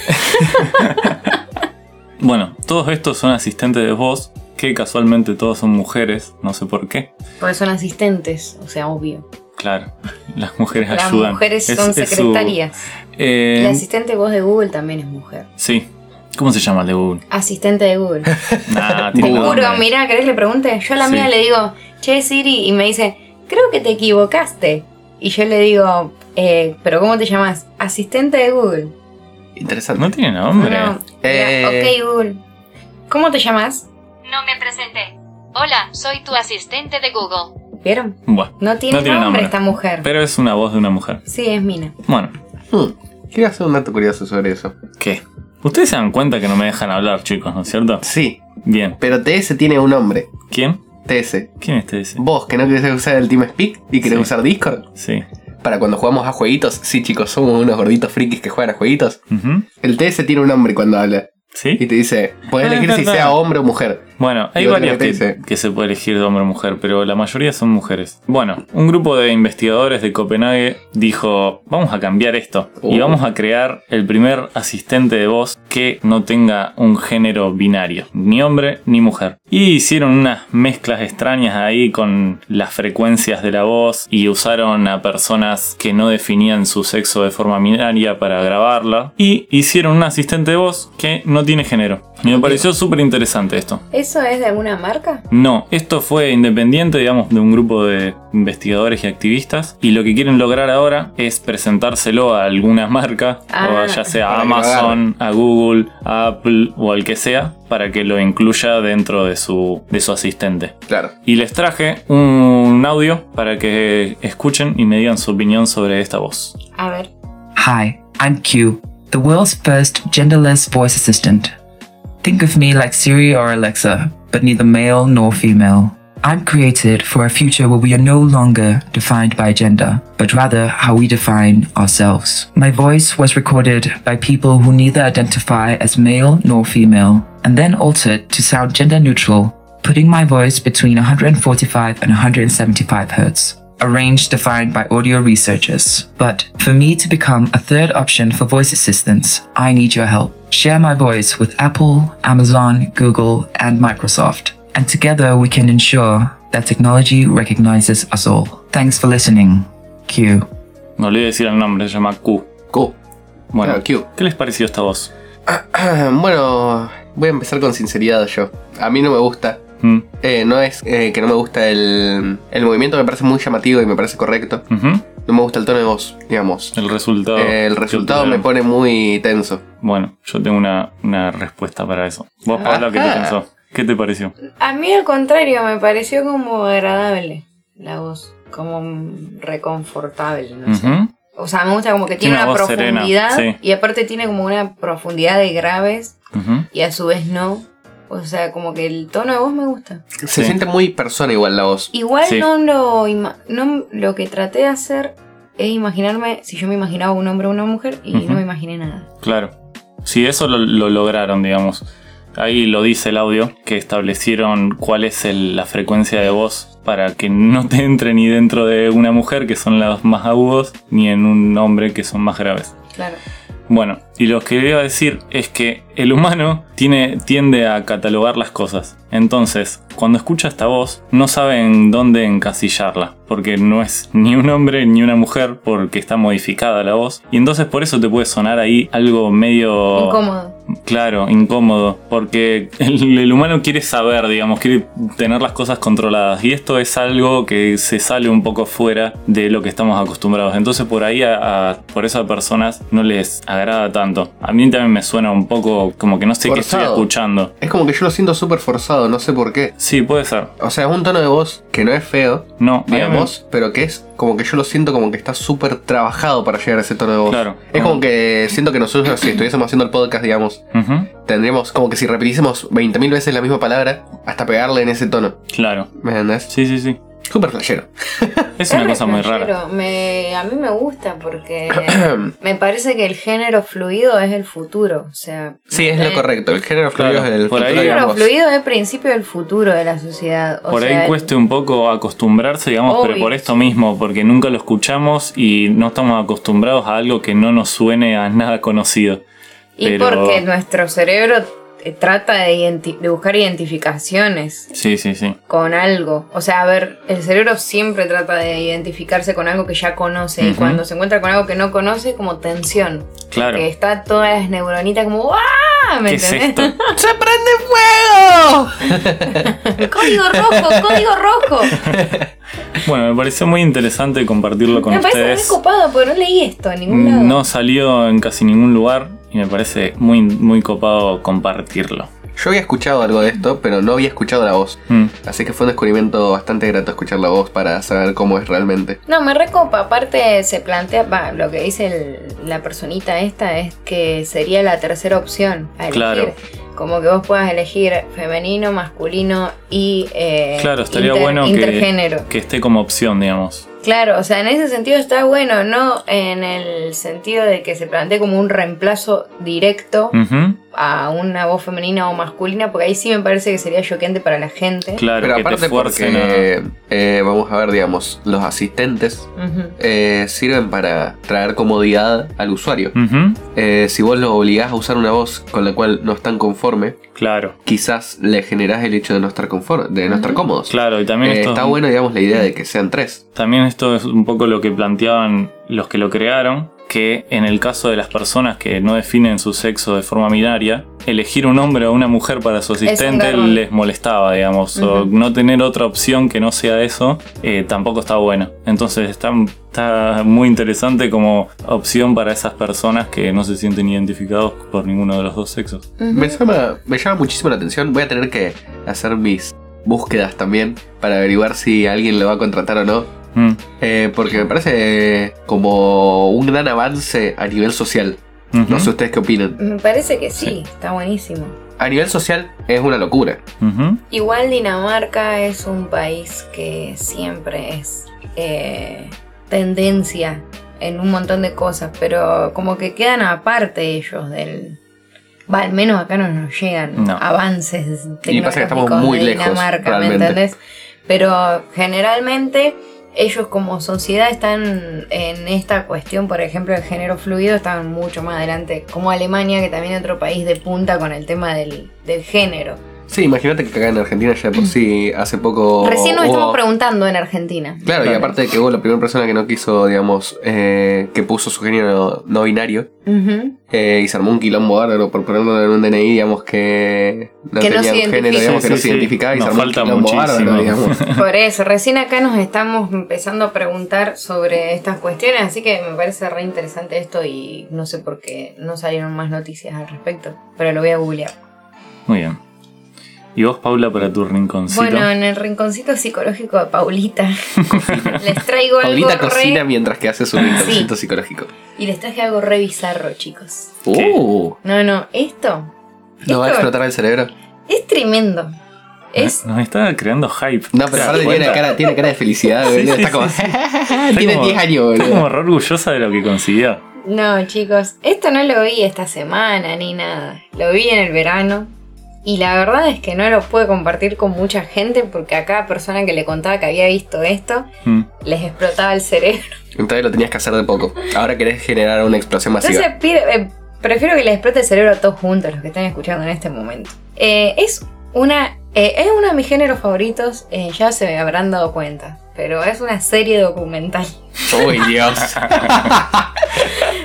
[SPEAKER 3] bueno, todos estos son asistentes de voz, que casualmente todos son mujeres, no sé por qué.
[SPEAKER 2] Porque son asistentes, o sea, obvio.
[SPEAKER 3] Claro, las mujeres
[SPEAKER 2] Las
[SPEAKER 3] ayudan.
[SPEAKER 2] mujeres
[SPEAKER 3] Es-
[SPEAKER 2] son
[SPEAKER 3] es su-
[SPEAKER 2] secretarias.
[SPEAKER 3] Eh,
[SPEAKER 2] La asistente voz de Google también es mujer.
[SPEAKER 3] sí. ¿Cómo se llama el de Google?
[SPEAKER 2] [laughs] Asistente de Google.
[SPEAKER 3] Nah,
[SPEAKER 2] Te
[SPEAKER 3] tiene nombre.
[SPEAKER 2] juro, mirá, ¿querés que le pregunte? Yo a la
[SPEAKER 3] Sí.
[SPEAKER 2] mía le digo, che Siri, y me dice, creo que te equivocaste. Y yo le digo, "Eh, pero ¿cómo te llamas? Asistente de Google.
[SPEAKER 1] Interesante.
[SPEAKER 3] No tiene nombre.
[SPEAKER 2] No, no. Mirá,
[SPEAKER 1] Eh.
[SPEAKER 2] Ok, Google. ¿Cómo te llamas?
[SPEAKER 4] No me presenté. Hola, soy tu asistente de Google.
[SPEAKER 2] ¿Vieron?
[SPEAKER 3] Bueno,
[SPEAKER 2] No tiene,
[SPEAKER 3] No
[SPEAKER 2] nombre
[SPEAKER 3] tiene nombre.
[SPEAKER 2] esta mujer.
[SPEAKER 3] pero es una voz de una mujer.
[SPEAKER 2] Sí, es Mina.
[SPEAKER 3] Bueno,
[SPEAKER 1] Hmm. Quiero hacer un dato curioso sobre eso.
[SPEAKER 3] ¿qué? Ustedes se dan cuenta que no me dejan hablar, chicos, ¿no es cierto?
[SPEAKER 1] Sí,
[SPEAKER 3] Bien.
[SPEAKER 1] pero TS tiene un nombre.
[SPEAKER 3] ¿Quién?
[SPEAKER 1] TS.
[SPEAKER 3] ¿Quién es este? ese?
[SPEAKER 1] Vos que no querés usar el TeamSpeak y querés
[SPEAKER 3] Sí.
[SPEAKER 1] usar Discord
[SPEAKER 3] Sí.
[SPEAKER 1] para cuando jugamos a jueguitos. Sí, chicos, somos unos gorditos frikis que juegan a jueguitos.
[SPEAKER 3] Ujú.
[SPEAKER 1] El TS tiene un nombre cuando habla y
[SPEAKER 3] ¿Sí?
[SPEAKER 1] te dice, puedes
[SPEAKER 3] Ah,
[SPEAKER 1] elegir si
[SPEAKER 3] verdad.
[SPEAKER 1] sea hombre o mujer.
[SPEAKER 3] Bueno, hay
[SPEAKER 1] Digo,
[SPEAKER 3] varias
[SPEAKER 1] lo que
[SPEAKER 3] que,
[SPEAKER 1] te dice.
[SPEAKER 3] que se puede elegir de hombre o mujer, pero la mayoría son mujeres. Bueno, un grupo de investigadores de Copenhague dijo, vamos a cambiar esto y
[SPEAKER 1] Oh.
[SPEAKER 3] vamos a crear el primer asistente de voz que no tenga un género binario, ni hombre ni mujer. Y hicieron unas mezclas extrañas ahí con las frecuencias de la voz y usaron a personas que no definían su sexo de forma binaria para grabarla y hicieron un asistente de voz que no tiene género. Y me pareció súper interesante esto.
[SPEAKER 2] ¿Eso es de alguna marca?
[SPEAKER 3] No, esto fue independiente, digamos, de un grupo de investigadores y activistas. Y lo que quieren lograr ahora es presentárselo a alguna marca,
[SPEAKER 2] Ah.
[SPEAKER 3] o ya sea a
[SPEAKER 1] Para que lo
[SPEAKER 3] Amazon, a Google, a Apple o al que sea, para que lo incluya dentro de su, de su asistente.
[SPEAKER 1] Claro.
[SPEAKER 3] Y les traje un audio para que escuchen y me digan su opinión sobre esta voz.
[SPEAKER 2] A ver.
[SPEAKER 5] Hi, I'm Q, the world's first genderless voice assistant. Think of me like Siri or Alexa, but neither male nor female. I'm created for a future where we are no longer defined by gender, but rather how we define ourselves. My voice was recorded by people who neither identify as male nor female, and then altered to sound gender neutral, putting my voice between 145 and 175 hertz. A range defined by audio researchers. But for me to become a third option for voice assistance, I need your help. Share my voice with Apple, Amazon, Google, and Microsoft and together we can ensure that technology recognizes us all. Thanks for listening. Q.
[SPEAKER 3] No olvidé decir el nombre, se llama Q.
[SPEAKER 1] Q.
[SPEAKER 3] Bueno,
[SPEAKER 1] Claro, Q. Ah,
[SPEAKER 3] ¿qué les pareció esta voz?
[SPEAKER 1] Bueno, voy a empezar con sinceridad yo. A mí no me gusta.
[SPEAKER 3] Mm,
[SPEAKER 1] Eh, no es eh, que no me gusta el, el movimiento, me parece muy llamativo y me parece correcto.
[SPEAKER 3] ujú.
[SPEAKER 1] No me gusta el tono de voz, digamos.
[SPEAKER 3] El resultado.
[SPEAKER 1] Eh, el
[SPEAKER 3] que
[SPEAKER 1] resultado me
[SPEAKER 3] obtuvieron.
[SPEAKER 1] pone muy tenso.
[SPEAKER 3] Bueno, yo tengo una, una respuesta para eso. Vos, Paula, ¿qué te
[SPEAKER 1] Ajá.
[SPEAKER 3] pensó? ¿Qué te pareció?
[SPEAKER 2] A mí al contrario, me pareció como agradable la voz, como mm, reconfortable, no sé.
[SPEAKER 3] Ujú.
[SPEAKER 2] O sea, me gusta como que tiene,
[SPEAKER 3] Tiene
[SPEAKER 2] una
[SPEAKER 3] una voz serena,
[SPEAKER 2] profundidad
[SPEAKER 3] sí.
[SPEAKER 2] y aparte tiene como una profundidad de graves
[SPEAKER 3] Ujú.
[SPEAKER 2] y a su vez no. O sea, como que el tono de voz me gusta.
[SPEAKER 1] Se
[SPEAKER 3] Sí.
[SPEAKER 1] siente muy persona igual la voz.
[SPEAKER 2] Igual
[SPEAKER 3] Sí.
[SPEAKER 2] no lo ima- no lo que traté de hacer es imaginarme si yo me imaginaba un hombre o una mujer y
[SPEAKER 3] Ujú.
[SPEAKER 2] no me imaginé nada.
[SPEAKER 3] Claro. Sí, eso lo, lo lograron, digamos. Ahí lo dice el audio, que establecieron cuál es el- la frecuencia de voz para que no te entre ni dentro de una mujer, que son las más agudos, ni en un hombre, que son más graves.
[SPEAKER 2] Claro.
[SPEAKER 3] Bueno, y lo que iba a decir es que el humano tiene, tiende a catalogar las cosas. Entonces, cuando escucha esta voz, no sabe en dónde encasillarla, porque no es ni un hombre ni una mujer, porque está modificada la voz. Y entonces por eso te puede sonar ahí algo medio...
[SPEAKER 2] Incómodo.
[SPEAKER 3] Claro, incómodo, porque el, el humano quiere saber, digamos, quiere tener las cosas controladas y esto es algo que se sale un poco fuera de lo que estamos acostumbrados. Entonces por ahí, a, a- por eso a personas no les agrada tanto. A mí también me suena un poco como que no sé qué
[SPEAKER 1] Forzado.
[SPEAKER 3] estoy escuchando.
[SPEAKER 1] Es como que yo lo siento súper forzado, no sé por qué.
[SPEAKER 3] Sí, puede ser.
[SPEAKER 1] O sea, es un tono de voz que no es feo,
[SPEAKER 3] No,
[SPEAKER 1] digamos, pero que es como que yo lo siento como que está súper trabajado para llegar a ese tono de voz.
[SPEAKER 3] Claro.
[SPEAKER 1] Es como que siento que nosotros si estuviésemos haciendo el podcast, digamos,
[SPEAKER 3] Ujú,
[SPEAKER 1] tendríamos como que si repitiésemos 20.000 veces la misma palabra hasta pegarle en ese tono.
[SPEAKER 3] Claro.
[SPEAKER 1] ¿Me entendés?
[SPEAKER 3] Sí, sí, sí.
[SPEAKER 1] Súper flashero.
[SPEAKER 3] Es una
[SPEAKER 2] re
[SPEAKER 3] cosa muy rara.
[SPEAKER 2] flashero. Me- a mí me gusta
[SPEAKER 3] [coughs]
[SPEAKER 2] porque me parece que el género fluido es el futuro. O sea,
[SPEAKER 1] sí, es lo
[SPEAKER 2] eh,
[SPEAKER 1] correcto. El género fluido
[SPEAKER 3] Claro,
[SPEAKER 1] es el
[SPEAKER 3] por ahí-
[SPEAKER 1] futuro,
[SPEAKER 2] El género
[SPEAKER 1] digamos.
[SPEAKER 2] fluido es principio del futuro de la sociedad. O
[SPEAKER 3] Por
[SPEAKER 2] sea,
[SPEAKER 3] ahí cueste un poco acostumbrarse, digamos, pero
[SPEAKER 2] Obvio.
[SPEAKER 3] por esto mismo, porque nunca lo escuchamos y no estamos acostumbrados a algo que no nos suene a nada conocido.
[SPEAKER 2] Y
[SPEAKER 3] pero-
[SPEAKER 2] porque nuestro cerebro eh, trata de, identi- de buscar identificaciones
[SPEAKER 3] Sí, sí, sí.
[SPEAKER 2] con algo. O sea, a ver, el cerebro siempre trata de identificarse con algo que ya conoce. Y
[SPEAKER 3] Ujú.
[SPEAKER 2] cuando se encuentra con algo que no conoce, como tensión.
[SPEAKER 3] Claro.
[SPEAKER 2] Que está todas las neuronitas como ¡Ah! ¿Me
[SPEAKER 3] ¿Qué es
[SPEAKER 2] entendés?
[SPEAKER 3] esto?
[SPEAKER 2] [laughs]
[SPEAKER 1] ¡Se prende fuego!
[SPEAKER 2] ¡Código rojo! ¡Código
[SPEAKER 3] [laughs]
[SPEAKER 2] rojo!
[SPEAKER 3] Bueno, me pareció muy interesante compartirlo con
[SPEAKER 2] me parece muy
[SPEAKER 3] ustedes. Mm,
[SPEAKER 2] copado porque no leí esto en ningún lado.
[SPEAKER 3] No salió en casi ningún lugar y me parece muy, muy copado compartirlo.
[SPEAKER 1] Yo había escuchado algo de esto, pero no había escuchado la voz.
[SPEAKER 3] Mm.
[SPEAKER 1] Así que fue un descubrimiento bastante grato escuchar la voz para saber cómo es realmente.
[SPEAKER 2] No, me recopa. Aparte se plantea, va, lo que dice el- la personita esta es que sería la tercera opción a elegir.
[SPEAKER 3] Claro.
[SPEAKER 2] Como que vos puedas elegir femenino, masculino y eh,
[SPEAKER 3] Claro, estaría
[SPEAKER 2] inter-
[SPEAKER 3] bueno que-
[SPEAKER 2] intergénero.
[SPEAKER 3] Que esté como opción, digamos.
[SPEAKER 2] Claro, o sea, en ese sentido está bueno, no en el sentido de que se plantee como un reemplazo directo
[SPEAKER 3] Ujú,
[SPEAKER 2] a una voz femenina o masculina, porque ahí sí me parece que sería choqueante para la gente.
[SPEAKER 3] Claro,
[SPEAKER 1] Pero
[SPEAKER 3] que te
[SPEAKER 1] aparte
[SPEAKER 3] esfuercen
[SPEAKER 1] porque, eh, vamos a ver, digamos, los asistentes
[SPEAKER 2] Ujú.
[SPEAKER 1] eh, sirven para traer comodidad al usuario.
[SPEAKER 3] a- Ujú,
[SPEAKER 1] Eh, si vos lo obligás a usar una voz con la cual no están conforme,
[SPEAKER 3] Claro,
[SPEAKER 1] quizás le generás el hecho de no estar conforme, de no estar
[SPEAKER 2] Ujú.
[SPEAKER 1] cómodos.
[SPEAKER 3] claro. Y también
[SPEAKER 1] Eh,
[SPEAKER 3] esto
[SPEAKER 1] está
[SPEAKER 3] es-
[SPEAKER 1] bueno, digamos, la idea de que sean tres.
[SPEAKER 3] También esto es un poco lo que planteaban los que lo crearon, que en el caso de las personas que no definen su sexo de forma binaria, elegir un hombre o una mujer para su
[SPEAKER 2] un
[SPEAKER 3] asistente
[SPEAKER 2] garrón.
[SPEAKER 3] les molestaba, digamos, o
[SPEAKER 2] Ujú.
[SPEAKER 3] no tener otra opción que no sea eso, eh, tampoco está bueno. Entonces está, está muy interesante como opción para esas personas que no se sienten identificados por ninguno de los dos sexos.
[SPEAKER 2] Ujú.
[SPEAKER 1] Me, llama, me llama muchísimo la atención. Voy a tener que hacer mis búsquedas también para averiguar si alguien lo va a contratar o no.
[SPEAKER 3] Mm,
[SPEAKER 1] Eh, porque me parece como un gran avance a nivel social.
[SPEAKER 3] ujú.
[SPEAKER 1] No sé ustedes qué opinan.
[SPEAKER 2] Me parece que sí, está buenísimo.
[SPEAKER 1] a nivel social es una locura.
[SPEAKER 3] Ujú.
[SPEAKER 2] Igual Dinamarca es un país que siempre es eh, tendencia en un montón de cosas, pero como que quedan aparte ellos del... Va, al menos acá no nos llegan
[SPEAKER 3] No.
[SPEAKER 2] avances tecnológicos
[SPEAKER 1] Y pasa que estamos muy
[SPEAKER 2] de
[SPEAKER 1] lejos,
[SPEAKER 2] Dinamarca, ¿me
[SPEAKER 1] realmente.
[SPEAKER 2] entendés? Pero generalmente ellos como sociedad están en esta cuestión, por ejemplo, del género fluido, están mucho más adelante, como Alemania, que también es otro país de punta con el tema del, del género.
[SPEAKER 1] Sí, imagínate que acá en Argentina ya por sí hace poco.
[SPEAKER 2] Recién nos
[SPEAKER 1] hubo-
[SPEAKER 2] estamos preguntando en Argentina.
[SPEAKER 1] Claro, y aparte de que hubo la primera persona que no quiso, digamos, eh, que puso su género no binario
[SPEAKER 2] Ujú.
[SPEAKER 1] eh, y se armó un quilombo bárbaro por ponerlo en un DNI, digamos, que no
[SPEAKER 2] Que no
[SPEAKER 1] tenía
[SPEAKER 2] se
[SPEAKER 1] un género,
[SPEAKER 2] identifica.
[SPEAKER 1] digamos, que
[SPEAKER 3] Sí,
[SPEAKER 1] no
[SPEAKER 3] sí,
[SPEAKER 1] se
[SPEAKER 3] sí.
[SPEAKER 1] identificaba y
[SPEAKER 3] Nos
[SPEAKER 1] se armó un
[SPEAKER 3] falta
[SPEAKER 1] quilombo bárbaro,
[SPEAKER 3] muchísimo.
[SPEAKER 2] [laughs]
[SPEAKER 1] digamos.
[SPEAKER 2] Por eso, recién acá nos estamos empezando a preguntar sobre estas cuestiones, así que me parece re interesante esto y no sé por qué no salieron más noticias al respecto, pero lo voy a googlear.
[SPEAKER 3] Muy bien. ¿Y vos, Paula, para tu rinconcito?
[SPEAKER 2] Bueno, en el rinconcito psicológico de
[SPEAKER 1] [laughs]
[SPEAKER 2] Paulita les traigo algo
[SPEAKER 1] Paulita cocina
[SPEAKER 2] re...
[SPEAKER 1] mientras que hace su rinconcito psicológico.
[SPEAKER 2] y les traje algo re bizarro, chicos.
[SPEAKER 3] ¿Qué?
[SPEAKER 1] Uh,
[SPEAKER 2] No, no, esto
[SPEAKER 1] ¿Nos va a
[SPEAKER 2] Esto-
[SPEAKER 1] explotar el cerebro?
[SPEAKER 2] es tremendo. Es
[SPEAKER 3] Nos está ¿Eh? creando hype.
[SPEAKER 1] No,
[SPEAKER 3] ¿Te
[SPEAKER 1] pero
[SPEAKER 3] das
[SPEAKER 1] aparte tiene
[SPEAKER 3] cuenta?
[SPEAKER 1] cara, tiene cara de felicidad, boludo.
[SPEAKER 3] sí,
[SPEAKER 1] Está
[SPEAKER 3] sí,
[SPEAKER 1] como.
[SPEAKER 3] sí.
[SPEAKER 1] [laughs] tiene
[SPEAKER 3] como-
[SPEAKER 1] 10 años,
[SPEAKER 3] Está como
[SPEAKER 1] boludo.
[SPEAKER 3] re orgullosa de lo que consiguió.
[SPEAKER 2] No, chicos, esto no lo vi esta semana ni nada. Lo vi en el verano. Y la verdad es que no lo pude compartir con mucha gente porque a cada persona que le contaba que había visto esto,
[SPEAKER 3] Mm.
[SPEAKER 2] les explotaba el cerebro.
[SPEAKER 1] Entonces lo tenías que hacer de poco. Ahora querés generar una explosión masiva.
[SPEAKER 2] Entonces pi- eh, prefiero que les explote el cerebro a todos juntos, los que están escuchando en este momento. Eh, es una. eh, es uno de mis géneros favoritos, eh, ya se me habrán dado cuenta. Pero es una serie documental.
[SPEAKER 1] [laughs] Uy, Dios.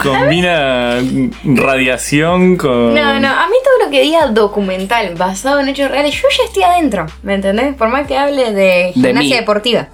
[SPEAKER 3] Combina radiación con.
[SPEAKER 2] No, no, a mí todo lo que diga documental basado en hechos reales, yo ya estoy adentro, ¿me entendés? Por más que hable de
[SPEAKER 1] De
[SPEAKER 2] gimnasia
[SPEAKER 1] mí.
[SPEAKER 2] deportiva.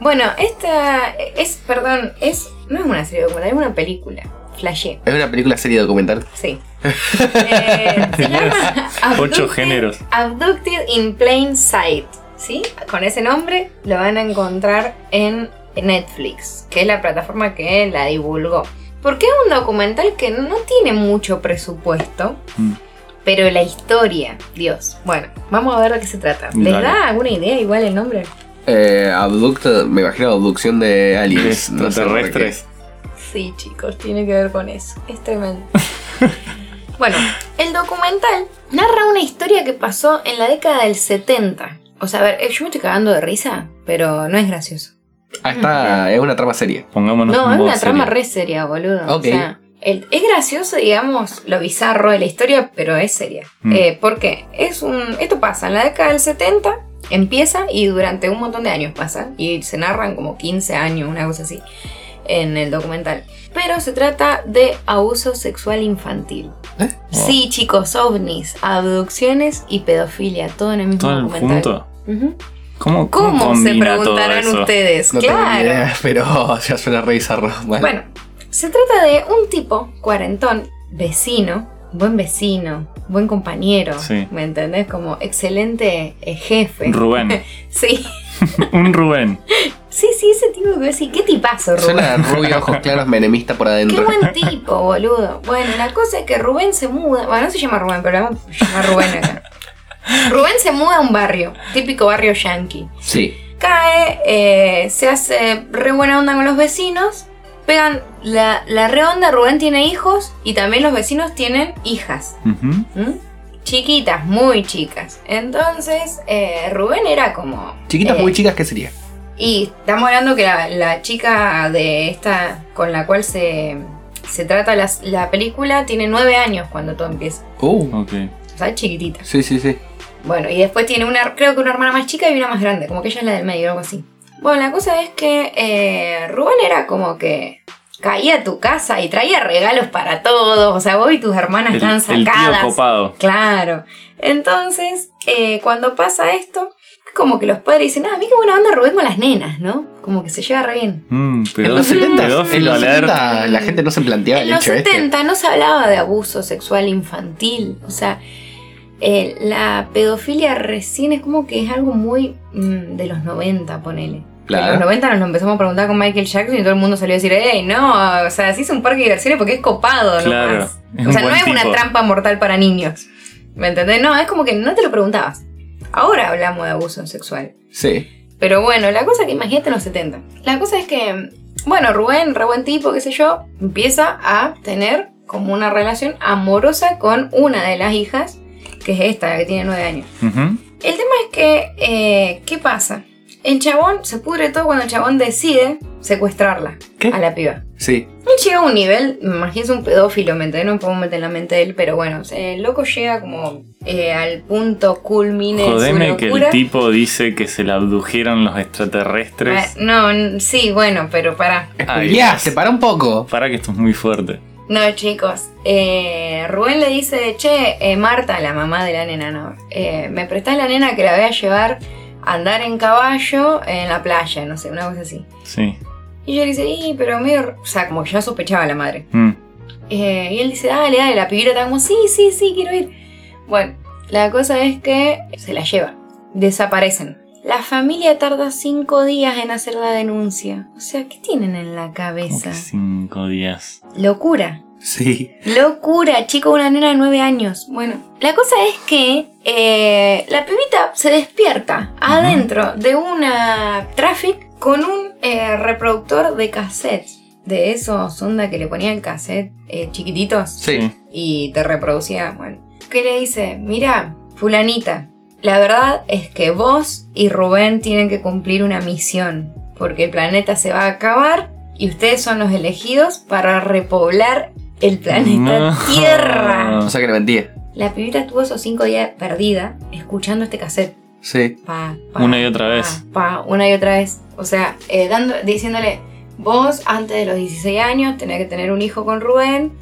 [SPEAKER 2] bueno, esta es, perdón, es, no es una serie documental, es una película. Flashé,
[SPEAKER 1] es una película serie documental.
[SPEAKER 3] [laughs]
[SPEAKER 2] sí. Eh, se llama
[SPEAKER 3] Ocho géneros.
[SPEAKER 2] Abducted in Plain Sight, ¿sí? Con ese nombre lo van a encontrar en Netflix, que es la plataforma que la divulgó. Porque es un documental que no tiene mucho presupuesto,
[SPEAKER 3] Mm.
[SPEAKER 2] pero la historia, Dios. Bueno, vamos a ver de qué se trata. ¿Les
[SPEAKER 3] Dale.
[SPEAKER 2] da alguna idea igual el nombre?
[SPEAKER 1] Eh, abducto, me imagino abducción de aliens. no sé por qué.
[SPEAKER 3] Extraterrestres.
[SPEAKER 2] Sí, chicos, tiene que ver con eso. Es tremendo. bueno, el documental narra una historia que pasó en la década del 70. O sea, a ver, eh, yo me estoy cagando de risa, pero no es gracioso.
[SPEAKER 1] Ah, está, es una trama seria.
[SPEAKER 3] Pongámonos
[SPEAKER 2] No,
[SPEAKER 3] en
[SPEAKER 2] es
[SPEAKER 3] modo
[SPEAKER 2] una trama
[SPEAKER 3] serio.
[SPEAKER 2] re seria, boludo.
[SPEAKER 1] Ok.
[SPEAKER 2] O sea, el- es gracioso, digamos, lo bizarro de la historia, pero es seria.
[SPEAKER 3] Mm.
[SPEAKER 2] Eh, ¿Por qué? Es un, esto pasa en la década del 70, empieza y durante un montón de años pasa. Y se narran como 15 años, una cosa así, en el documental. Pero se trata de abuso sexual infantil.
[SPEAKER 1] ¿Eh?
[SPEAKER 3] Oh.
[SPEAKER 2] Sí, chicos, ovnis, abducciones y pedofilia, todo en el mismo
[SPEAKER 3] Todo el
[SPEAKER 2] documental.
[SPEAKER 3] punto.
[SPEAKER 2] Ujú.
[SPEAKER 3] ¿Cómo, cómo,
[SPEAKER 2] ¿Cómo se
[SPEAKER 3] combina todo
[SPEAKER 2] preguntarán
[SPEAKER 3] eso?
[SPEAKER 2] ustedes?
[SPEAKER 1] No tengo ni
[SPEAKER 2] claro.
[SPEAKER 1] idea, pero [laughs] ya suena re bizarro. Bueno,
[SPEAKER 2] Bueno, se trata de un tipo cuarentón, vecino, buen vecino, buen compañero,
[SPEAKER 3] Sí.
[SPEAKER 2] ¿me entendés? Como excelente eh, jefe. [laughs]
[SPEAKER 3] Rubén.
[SPEAKER 2] sí,
[SPEAKER 3] Un Rubén.
[SPEAKER 2] sí, sí, ese tipo que voy a decir, qué tipazo, Rubén.
[SPEAKER 1] suena rubio, ojos claros, menemista por
[SPEAKER 2] Qué
[SPEAKER 1] adentro.
[SPEAKER 2] buen tipo, boludo. Bueno, la cosa es que Rubén se muda. Bueno, no se llama Rubén, pero vamos a llamar Rubén acá. Rubén se muda a un barrio, típico barrio yankee.
[SPEAKER 1] Sí.
[SPEAKER 2] cae, eh, se hace re buena onda con los vecinos, pegan la, la re onda, Rubén tiene hijos y también los vecinos tienen hijas,
[SPEAKER 3] Ujú.
[SPEAKER 2] ¿m? chiquitas, muy chicas. Entonces eh, Rubén era como...
[SPEAKER 1] Chiquitas
[SPEAKER 2] eh,
[SPEAKER 1] muy chicas, ¿qué sería?
[SPEAKER 2] Y estamos hablando que la, la chica de esta con la cual se, se trata la, la película tiene nueve años cuando todo empieza,
[SPEAKER 1] Uh,
[SPEAKER 3] Ok.
[SPEAKER 2] o sea, chiquitita.
[SPEAKER 1] sí, sí, sí.
[SPEAKER 2] Bueno, y después tiene una, creo que una hermana más chica y una más grande, como que ella es la del medio, algo así. Bueno, la cosa es que eh, Rubén era como que caía a tu casa y traía regalos para todos, o sea, vos y tus hermanas
[SPEAKER 3] El,
[SPEAKER 2] están
[SPEAKER 3] el tío
[SPEAKER 2] sacadas.
[SPEAKER 3] copado.
[SPEAKER 2] claro. Entonces, eh, cuando pasa esto, como que los padres dicen, ah, mira qué buena onda Rubén con las nenas, ¿no? Como que se lleva re bien.
[SPEAKER 3] Mm,
[SPEAKER 1] en
[SPEAKER 3] pedo-
[SPEAKER 1] los 70, en
[SPEAKER 3] pedófilo
[SPEAKER 1] los
[SPEAKER 3] alert.
[SPEAKER 1] 70 la gente no se planteaba
[SPEAKER 2] en
[SPEAKER 1] el
[SPEAKER 2] los
[SPEAKER 1] hecho este.
[SPEAKER 2] 70 no se hablaba de abuso sexual infantil. O sea, eh, la pedofilia recién es como que es algo muy mm, de los 90, ponele.
[SPEAKER 1] Claro.
[SPEAKER 2] En los 90 nos lo empezamos a preguntar con Michael Jackson y todo el mundo salió a decir, ¡Ey, no! O sea, sí es un parque de diversiones porque es copado
[SPEAKER 3] Claro,
[SPEAKER 2] nomás.
[SPEAKER 3] es
[SPEAKER 2] o
[SPEAKER 3] un
[SPEAKER 2] sea, no
[SPEAKER 3] buen
[SPEAKER 2] es una
[SPEAKER 3] tipo.
[SPEAKER 2] trampa mortal para niños. ¿Me entendés? No, es como que no te lo preguntabas. Ahora hablamos de abuso sexual.
[SPEAKER 1] Sí.
[SPEAKER 2] Pero bueno, la cosa que imagínate en los 70. La cosa es que, bueno, Rubén, re buen tipo, qué sé yo, empieza a tener como una relación amorosa con una de las hijas, que es esta, la que tiene 9 años.
[SPEAKER 3] Ujú.
[SPEAKER 2] El tema es que, eh, ¿qué pasa? El chabón se pudre todo cuando el chabón decide secuestrarla
[SPEAKER 3] ¿Qué?
[SPEAKER 2] a la piba.
[SPEAKER 1] Sí.
[SPEAKER 2] Él llega a un nivel, me imagino es un pedófilo, ¿me entendés? No me puedo meter en la mente de él, pero bueno, o sea, el loco llega como eh, al punto culmine de
[SPEAKER 3] Jodeme
[SPEAKER 2] su
[SPEAKER 3] que
[SPEAKER 2] locura.
[SPEAKER 3] el tipo dice que se la abdujeron los extraterrestres.
[SPEAKER 2] Ah, no, n- sí, bueno, pero pará.
[SPEAKER 3] Ay,
[SPEAKER 1] Ya,
[SPEAKER 3] Dios.
[SPEAKER 1] se para un poco.
[SPEAKER 3] Para que esto es muy fuerte.
[SPEAKER 2] No, chicos, eh, Rubén le dice, che, eh, Marta, la mamá de la nena, no, eh, me prestás la nena que la voy a llevar a andar en caballo en la playa, no sé, una cosa así.
[SPEAKER 3] Sí.
[SPEAKER 2] Y yo le dice, y, pero medio, o sea, como que ya sospechaba la madre.
[SPEAKER 3] Mm.
[SPEAKER 2] Eh, y él dice, dale, dale, la pibita está como, sí, sí, sí, quiero ir. Bueno, la cosa es que se la lleva, desaparecen. La familia tarda cinco días en hacer la denuncia. O sea, ¿qué tienen en la
[SPEAKER 3] Como
[SPEAKER 2] cabeza?
[SPEAKER 3] que cinco días.
[SPEAKER 2] Locura.
[SPEAKER 1] Sí.
[SPEAKER 2] Locura, chico, una nena de 9 años. Bueno, la cosa es que eh, la pibita se despierta adentro de una traffic con un eh, reproductor de cassettes. De esos onda que le ponían cassette eh, chiquititos
[SPEAKER 1] Sí.
[SPEAKER 2] y te reproducía. Bueno, que le dice: Mira, Fulanita, la verdad es que vos y Rubén tienen que cumplir una misión porque el planeta se va a acabar y ustedes son los elegidos para repoblar el planeta
[SPEAKER 3] No.
[SPEAKER 2] Tierra.
[SPEAKER 1] O sea que le mentía.
[SPEAKER 2] La pibita estuvo esos cinco días perdida escuchando este cassette.
[SPEAKER 1] Sí.
[SPEAKER 2] Pa,
[SPEAKER 3] Una y otra
[SPEAKER 2] pa,
[SPEAKER 3] vez.
[SPEAKER 2] Ah, pa, una y otra vez. O sea, eh, dando, diciéndole, vos antes de los 16 años tenés que tener un hijo con Rubén,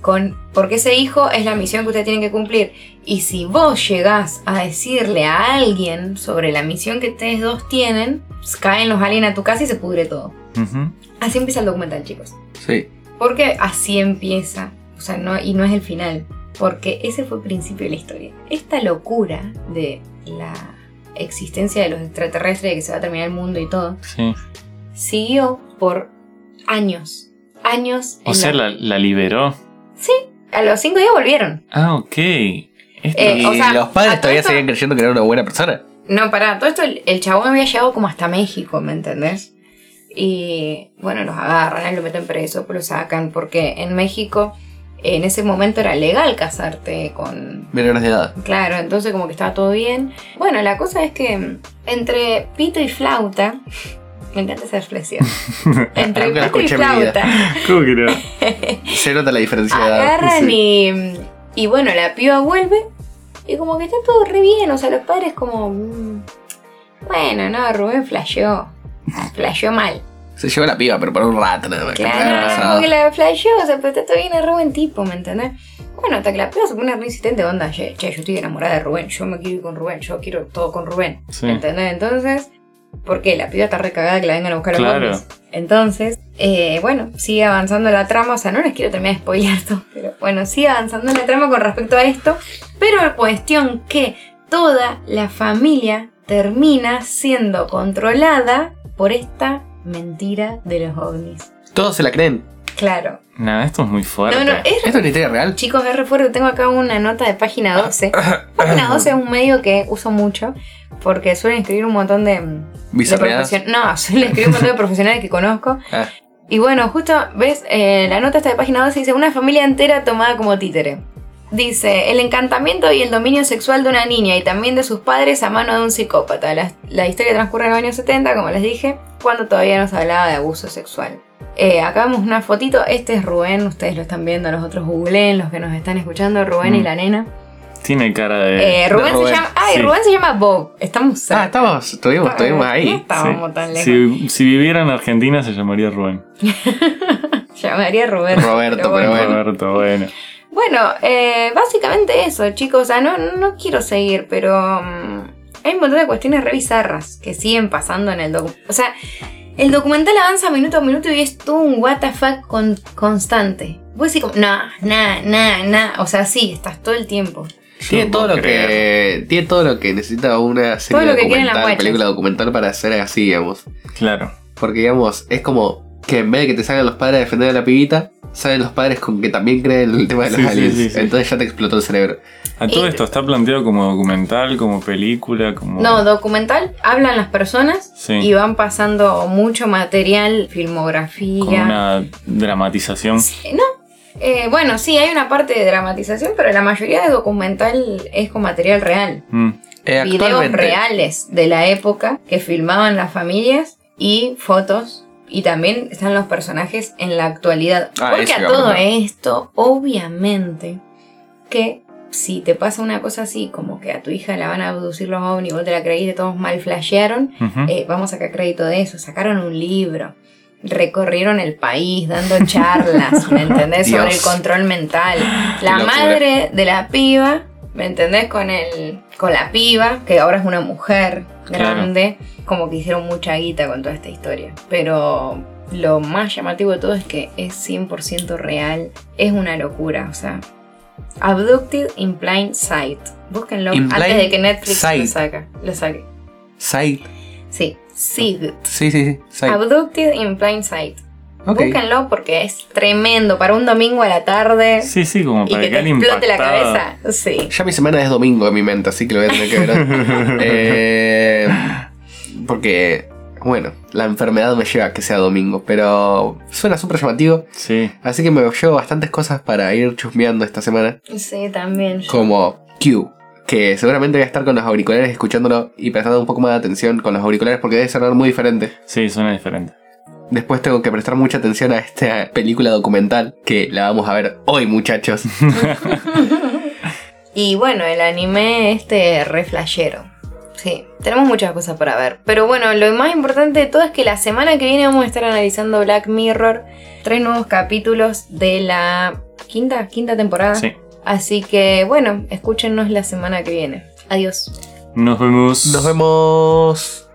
[SPEAKER 2] con, porque ese hijo es la misión que ustedes tienen que cumplir. Y si vos llegás a decirle a alguien sobre la misión que ustedes dos tienen, pues, caen los aliens a tu casa y se pudre todo.
[SPEAKER 3] Ujú.
[SPEAKER 2] Así empieza el documental, chicos.
[SPEAKER 1] Sí.
[SPEAKER 2] Porque así empieza. O sea, no, y no es el final. Porque ese fue el principio de la historia. Esta locura de la existencia de los extraterrestres, de que se va a terminar el mundo y todo,
[SPEAKER 3] Sí.
[SPEAKER 2] siguió por años. Años.
[SPEAKER 3] O
[SPEAKER 2] en
[SPEAKER 3] sea, la, la liberó.
[SPEAKER 2] A los cinco días volvieron.
[SPEAKER 3] Ah, ok. Esto-
[SPEAKER 2] Eh,
[SPEAKER 1] y
[SPEAKER 2] o sea,
[SPEAKER 1] los
[SPEAKER 2] a
[SPEAKER 1] padres
[SPEAKER 2] todo
[SPEAKER 1] todavía
[SPEAKER 2] esto-
[SPEAKER 1] seguían creyendo que era una buena persona.
[SPEAKER 2] No, pará, todo esto el, el chabón había llegado como hasta México, ¿me entendés? Y bueno, los agarran, lo meten preso, pues lo sacan, porque en México en ese momento era legal casarte con,
[SPEAKER 1] Menores de edad.
[SPEAKER 2] Claro, entonces como que estaba todo bien. Bueno, la cosa es que mm, entre pito y flauta, me encanta
[SPEAKER 1] [laughs]
[SPEAKER 2] esa expresión. Entre
[SPEAKER 1] Nunca la
[SPEAKER 2] pito y
[SPEAKER 1] escuché en mi vida. [laughs]
[SPEAKER 2] flauta
[SPEAKER 3] ¿Cómo que
[SPEAKER 2] [laughs]
[SPEAKER 3] no?
[SPEAKER 1] Se nota la diferencia de edad.
[SPEAKER 2] agarran
[SPEAKER 1] Sí.
[SPEAKER 2] y, y bueno, la piba vuelve y como que está todo re bien, o sea, los padres como... mm, Bueno, no, Rubén flasheó, flasheó
[SPEAKER 1] [laughs]
[SPEAKER 2] mal.
[SPEAKER 1] Se llevó la piba, pero por un rato nada más. que no había
[SPEAKER 2] Claro,
[SPEAKER 1] pasado.
[SPEAKER 2] como que la flasheó, o sea, pero está todo bien, es re buen tipo, ¿me entendés? Bueno, hasta que la piba se pone re insistente, onda, che, che, yo estoy enamorada de Rubén, yo me quiero ir con Rubén, yo quiero todo con Rubén.
[SPEAKER 3] Sí.
[SPEAKER 2] ¿Entendés? Entonces, porque la piba está recagada que la vengan a buscar
[SPEAKER 3] Claro.
[SPEAKER 2] los hombres. Entonces, eh, bueno, sigue avanzando la trama. O sea, no les quiero terminar de spoiler todo, pero bueno, sigue avanzando la trama con respecto a esto. Pero cuestión que toda la familia termina siendo controlada por esta mentira de los ovnis.
[SPEAKER 1] Todos se la creen.
[SPEAKER 2] Claro.
[SPEAKER 3] Nada, esto es muy fuerte.
[SPEAKER 2] No, no, eh. es
[SPEAKER 1] ¿Esto es una historia real?
[SPEAKER 2] Chicos, es re fuerte. Tengo acá una nota de página
[SPEAKER 3] [coughs]
[SPEAKER 2] 12. Página 12 es un medio que uso mucho porque suelen escribir un montón de, mm, de
[SPEAKER 1] Bizarreadas.
[SPEAKER 2] profesion- No, [laughs] suelen escribir un montón de profesionales que conozco.
[SPEAKER 1] Ah.
[SPEAKER 2] Y bueno, justo ves, eh, la nota está de página 12 dice: Una familia entera tomada como títere. Dice, el encantamiento y el dominio sexual de una niña y también de sus padres a mano de un psicópata. La, la historia transcurre en los años 70, como les dije, cuando todavía no se hablaba de abuso sexual. Eh, acá vemos una fotito, este es Rubén, ustedes lo están viendo, los otros googleen, los que nos están escuchando, Rubén y
[SPEAKER 3] Mm.
[SPEAKER 2] la nena.
[SPEAKER 3] Tiene cara de.
[SPEAKER 2] Eh, Rubén,
[SPEAKER 1] Rubén,
[SPEAKER 2] se llama... Ay,
[SPEAKER 3] sí.
[SPEAKER 2] Rubén se llama Bob, estamos
[SPEAKER 1] Ah,
[SPEAKER 2] cerca.
[SPEAKER 1] estamos, estuvimos, estuvimos
[SPEAKER 2] [laughs] No
[SPEAKER 1] ahí.
[SPEAKER 2] estábamos
[SPEAKER 3] Sí.
[SPEAKER 2] tan lejos.
[SPEAKER 3] si, si viviera en Argentina se llamaría Rubén.
[SPEAKER 2] Llamaría Roberto.
[SPEAKER 1] Roberto, pero bueno.
[SPEAKER 3] Roberto, bueno.
[SPEAKER 2] Bueno, eh, básicamente eso, chicos. O sea, no, no quiero seguir, pero mm, hay un montón de cuestiones re bizarras que siguen pasando en el documental. O sea, el documental avanza minuto a minuto y es todo un WTF con constante. Vos decís como, no, nada, nada, nada. O sea, sí, estás todo el tiempo.
[SPEAKER 3] Yo
[SPEAKER 1] Tiene
[SPEAKER 3] no
[SPEAKER 1] todo
[SPEAKER 3] puedo
[SPEAKER 1] lo
[SPEAKER 3] creer.
[SPEAKER 1] que. Tiene todo lo que necesita una serie
[SPEAKER 2] Todo lo que quieren las
[SPEAKER 1] documental,
[SPEAKER 2] guachas.
[SPEAKER 1] película documental para hacer así, digamos.
[SPEAKER 3] Claro.
[SPEAKER 1] Porque digamos, es como que en vez de que te salgan los padres a defender a la pibita, salen los padres con que también creen en el tema de los
[SPEAKER 3] Sí, sí,
[SPEAKER 1] aliens.
[SPEAKER 3] sí, sí.
[SPEAKER 1] Entonces ya te explotó el cerebro.
[SPEAKER 3] A todo esto está planteado como documental, como película, como.
[SPEAKER 2] No, documental, hablan las personas
[SPEAKER 3] Oh. Sí.
[SPEAKER 2] y van pasando mucho material,
[SPEAKER 3] como
[SPEAKER 2] filmografía.
[SPEAKER 3] una dramatización.
[SPEAKER 2] Eh, No. Eh, bueno, sí, hay una parte de dramatización, pero la mayoría de documental es con material real.
[SPEAKER 3] Mm.
[SPEAKER 1] Eh,
[SPEAKER 2] Videos
[SPEAKER 1] actualmente,
[SPEAKER 2] reales de la época que filmaban las familias y fotos. Y también están los personajes en la actualidad.
[SPEAKER 1] Ah,
[SPEAKER 2] Porque
[SPEAKER 1] eso
[SPEAKER 2] a
[SPEAKER 1] iba a
[SPEAKER 2] todo
[SPEAKER 1] preguntar.
[SPEAKER 2] esto, obviamente, que si te pasa una cosa así, como que a tu hija la van a abducir los ovnis, vos te la creíste, todos mal flashearon,
[SPEAKER 3] Ujú.
[SPEAKER 2] eh, vamos a sacar crédito de eso, sacaron un libro, recorrieron el país dando
[SPEAKER 1] [laughs]
[SPEAKER 2] charlas, ¿me entendés?
[SPEAKER 1] Dios.
[SPEAKER 2] Sobre el control mental.
[SPEAKER 1] Qué
[SPEAKER 2] La
[SPEAKER 1] locura.
[SPEAKER 2] madre de la piba, ¿me entendés? Con, el, con la piba, que ahora es una mujer
[SPEAKER 3] Claro.
[SPEAKER 2] grande, como que hicieron mucha guita con toda esta historia. Pero lo más llamativo de todo es que es 100% real, es una locura, o sea... Abducted in Plain Sight. Búsquenlo
[SPEAKER 1] In
[SPEAKER 2] antes
[SPEAKER 1] Plain
[SPEAKER 2] de que Netflix lo,
[SPEAKER 1] Sight.
[SPEAKER 2] saca, lo saque.
[SPEAKER 1] Sight.
[SPEAKER 2] Sí, SID.
[SPEAKER 1] Sí, sí, sí. Sight.
[SPEAKER 2] Ah, Abducted in Plain Sight.
[SPEAKER 1] Ok.
[SPEAKER 2] Búsquenlo porque es tremendo para un domingo a la tarde
[SPEAKER 3] Sí, sí, como
[SPEAKER 2] y
[SPEAKER 3] para
[SPEAKER 2] que
[SPEAKER 3] que,
[SPEAKER 2] te
[SPEAKER 3] alguien
[SPEAKER 2] explote la
[SPEAKER 3] impactada.
[SPEAKER 2] cabeza. Sí.
[SPEAKER 1] Ya mi semana es domingo en mi mente, así que lo voy a tener que [laughs] ver. Eh, porque, bueno, la enfermedad me lleva a que sea domingo, pero suena súper llamativo.
[SPEAKER 3] Sí.
[SPEAKER 1] Así que me llevo bastantes cosas para ir chusmeando esta semana.
[SPEAKER 2] Sí, también.
[SPEAKER 1] Como Q, que seguramente voy a estar con los auriculares escuchándolo y prestando un poco más de atención con los auriculares porque debe sonar muy diferente.
[SPEAKER 3] Sí, suena diferente.
[SPEAKER 1] Después tengo que prestar mucha atención a esta película documental que la vamos a ver hoy, muchachos.
[SPEAKER 2] Y bueno, el anime este reflashero. Sí, tenemos muchas cosas para ver. Pero bueno, lo más importante de todo es que la semana que viene vamos a estar analizando Black Mirror, tres nuevos capítulos de la quinta, quinta temporada.
[SPEAKER 3] Sí.
[SPEAKER 2] Así que bueno, escúchenos la semana que viene. Adiós.
[SPEAKER 3] Nos vemos.
[SPEAKER 1] Nos vemos.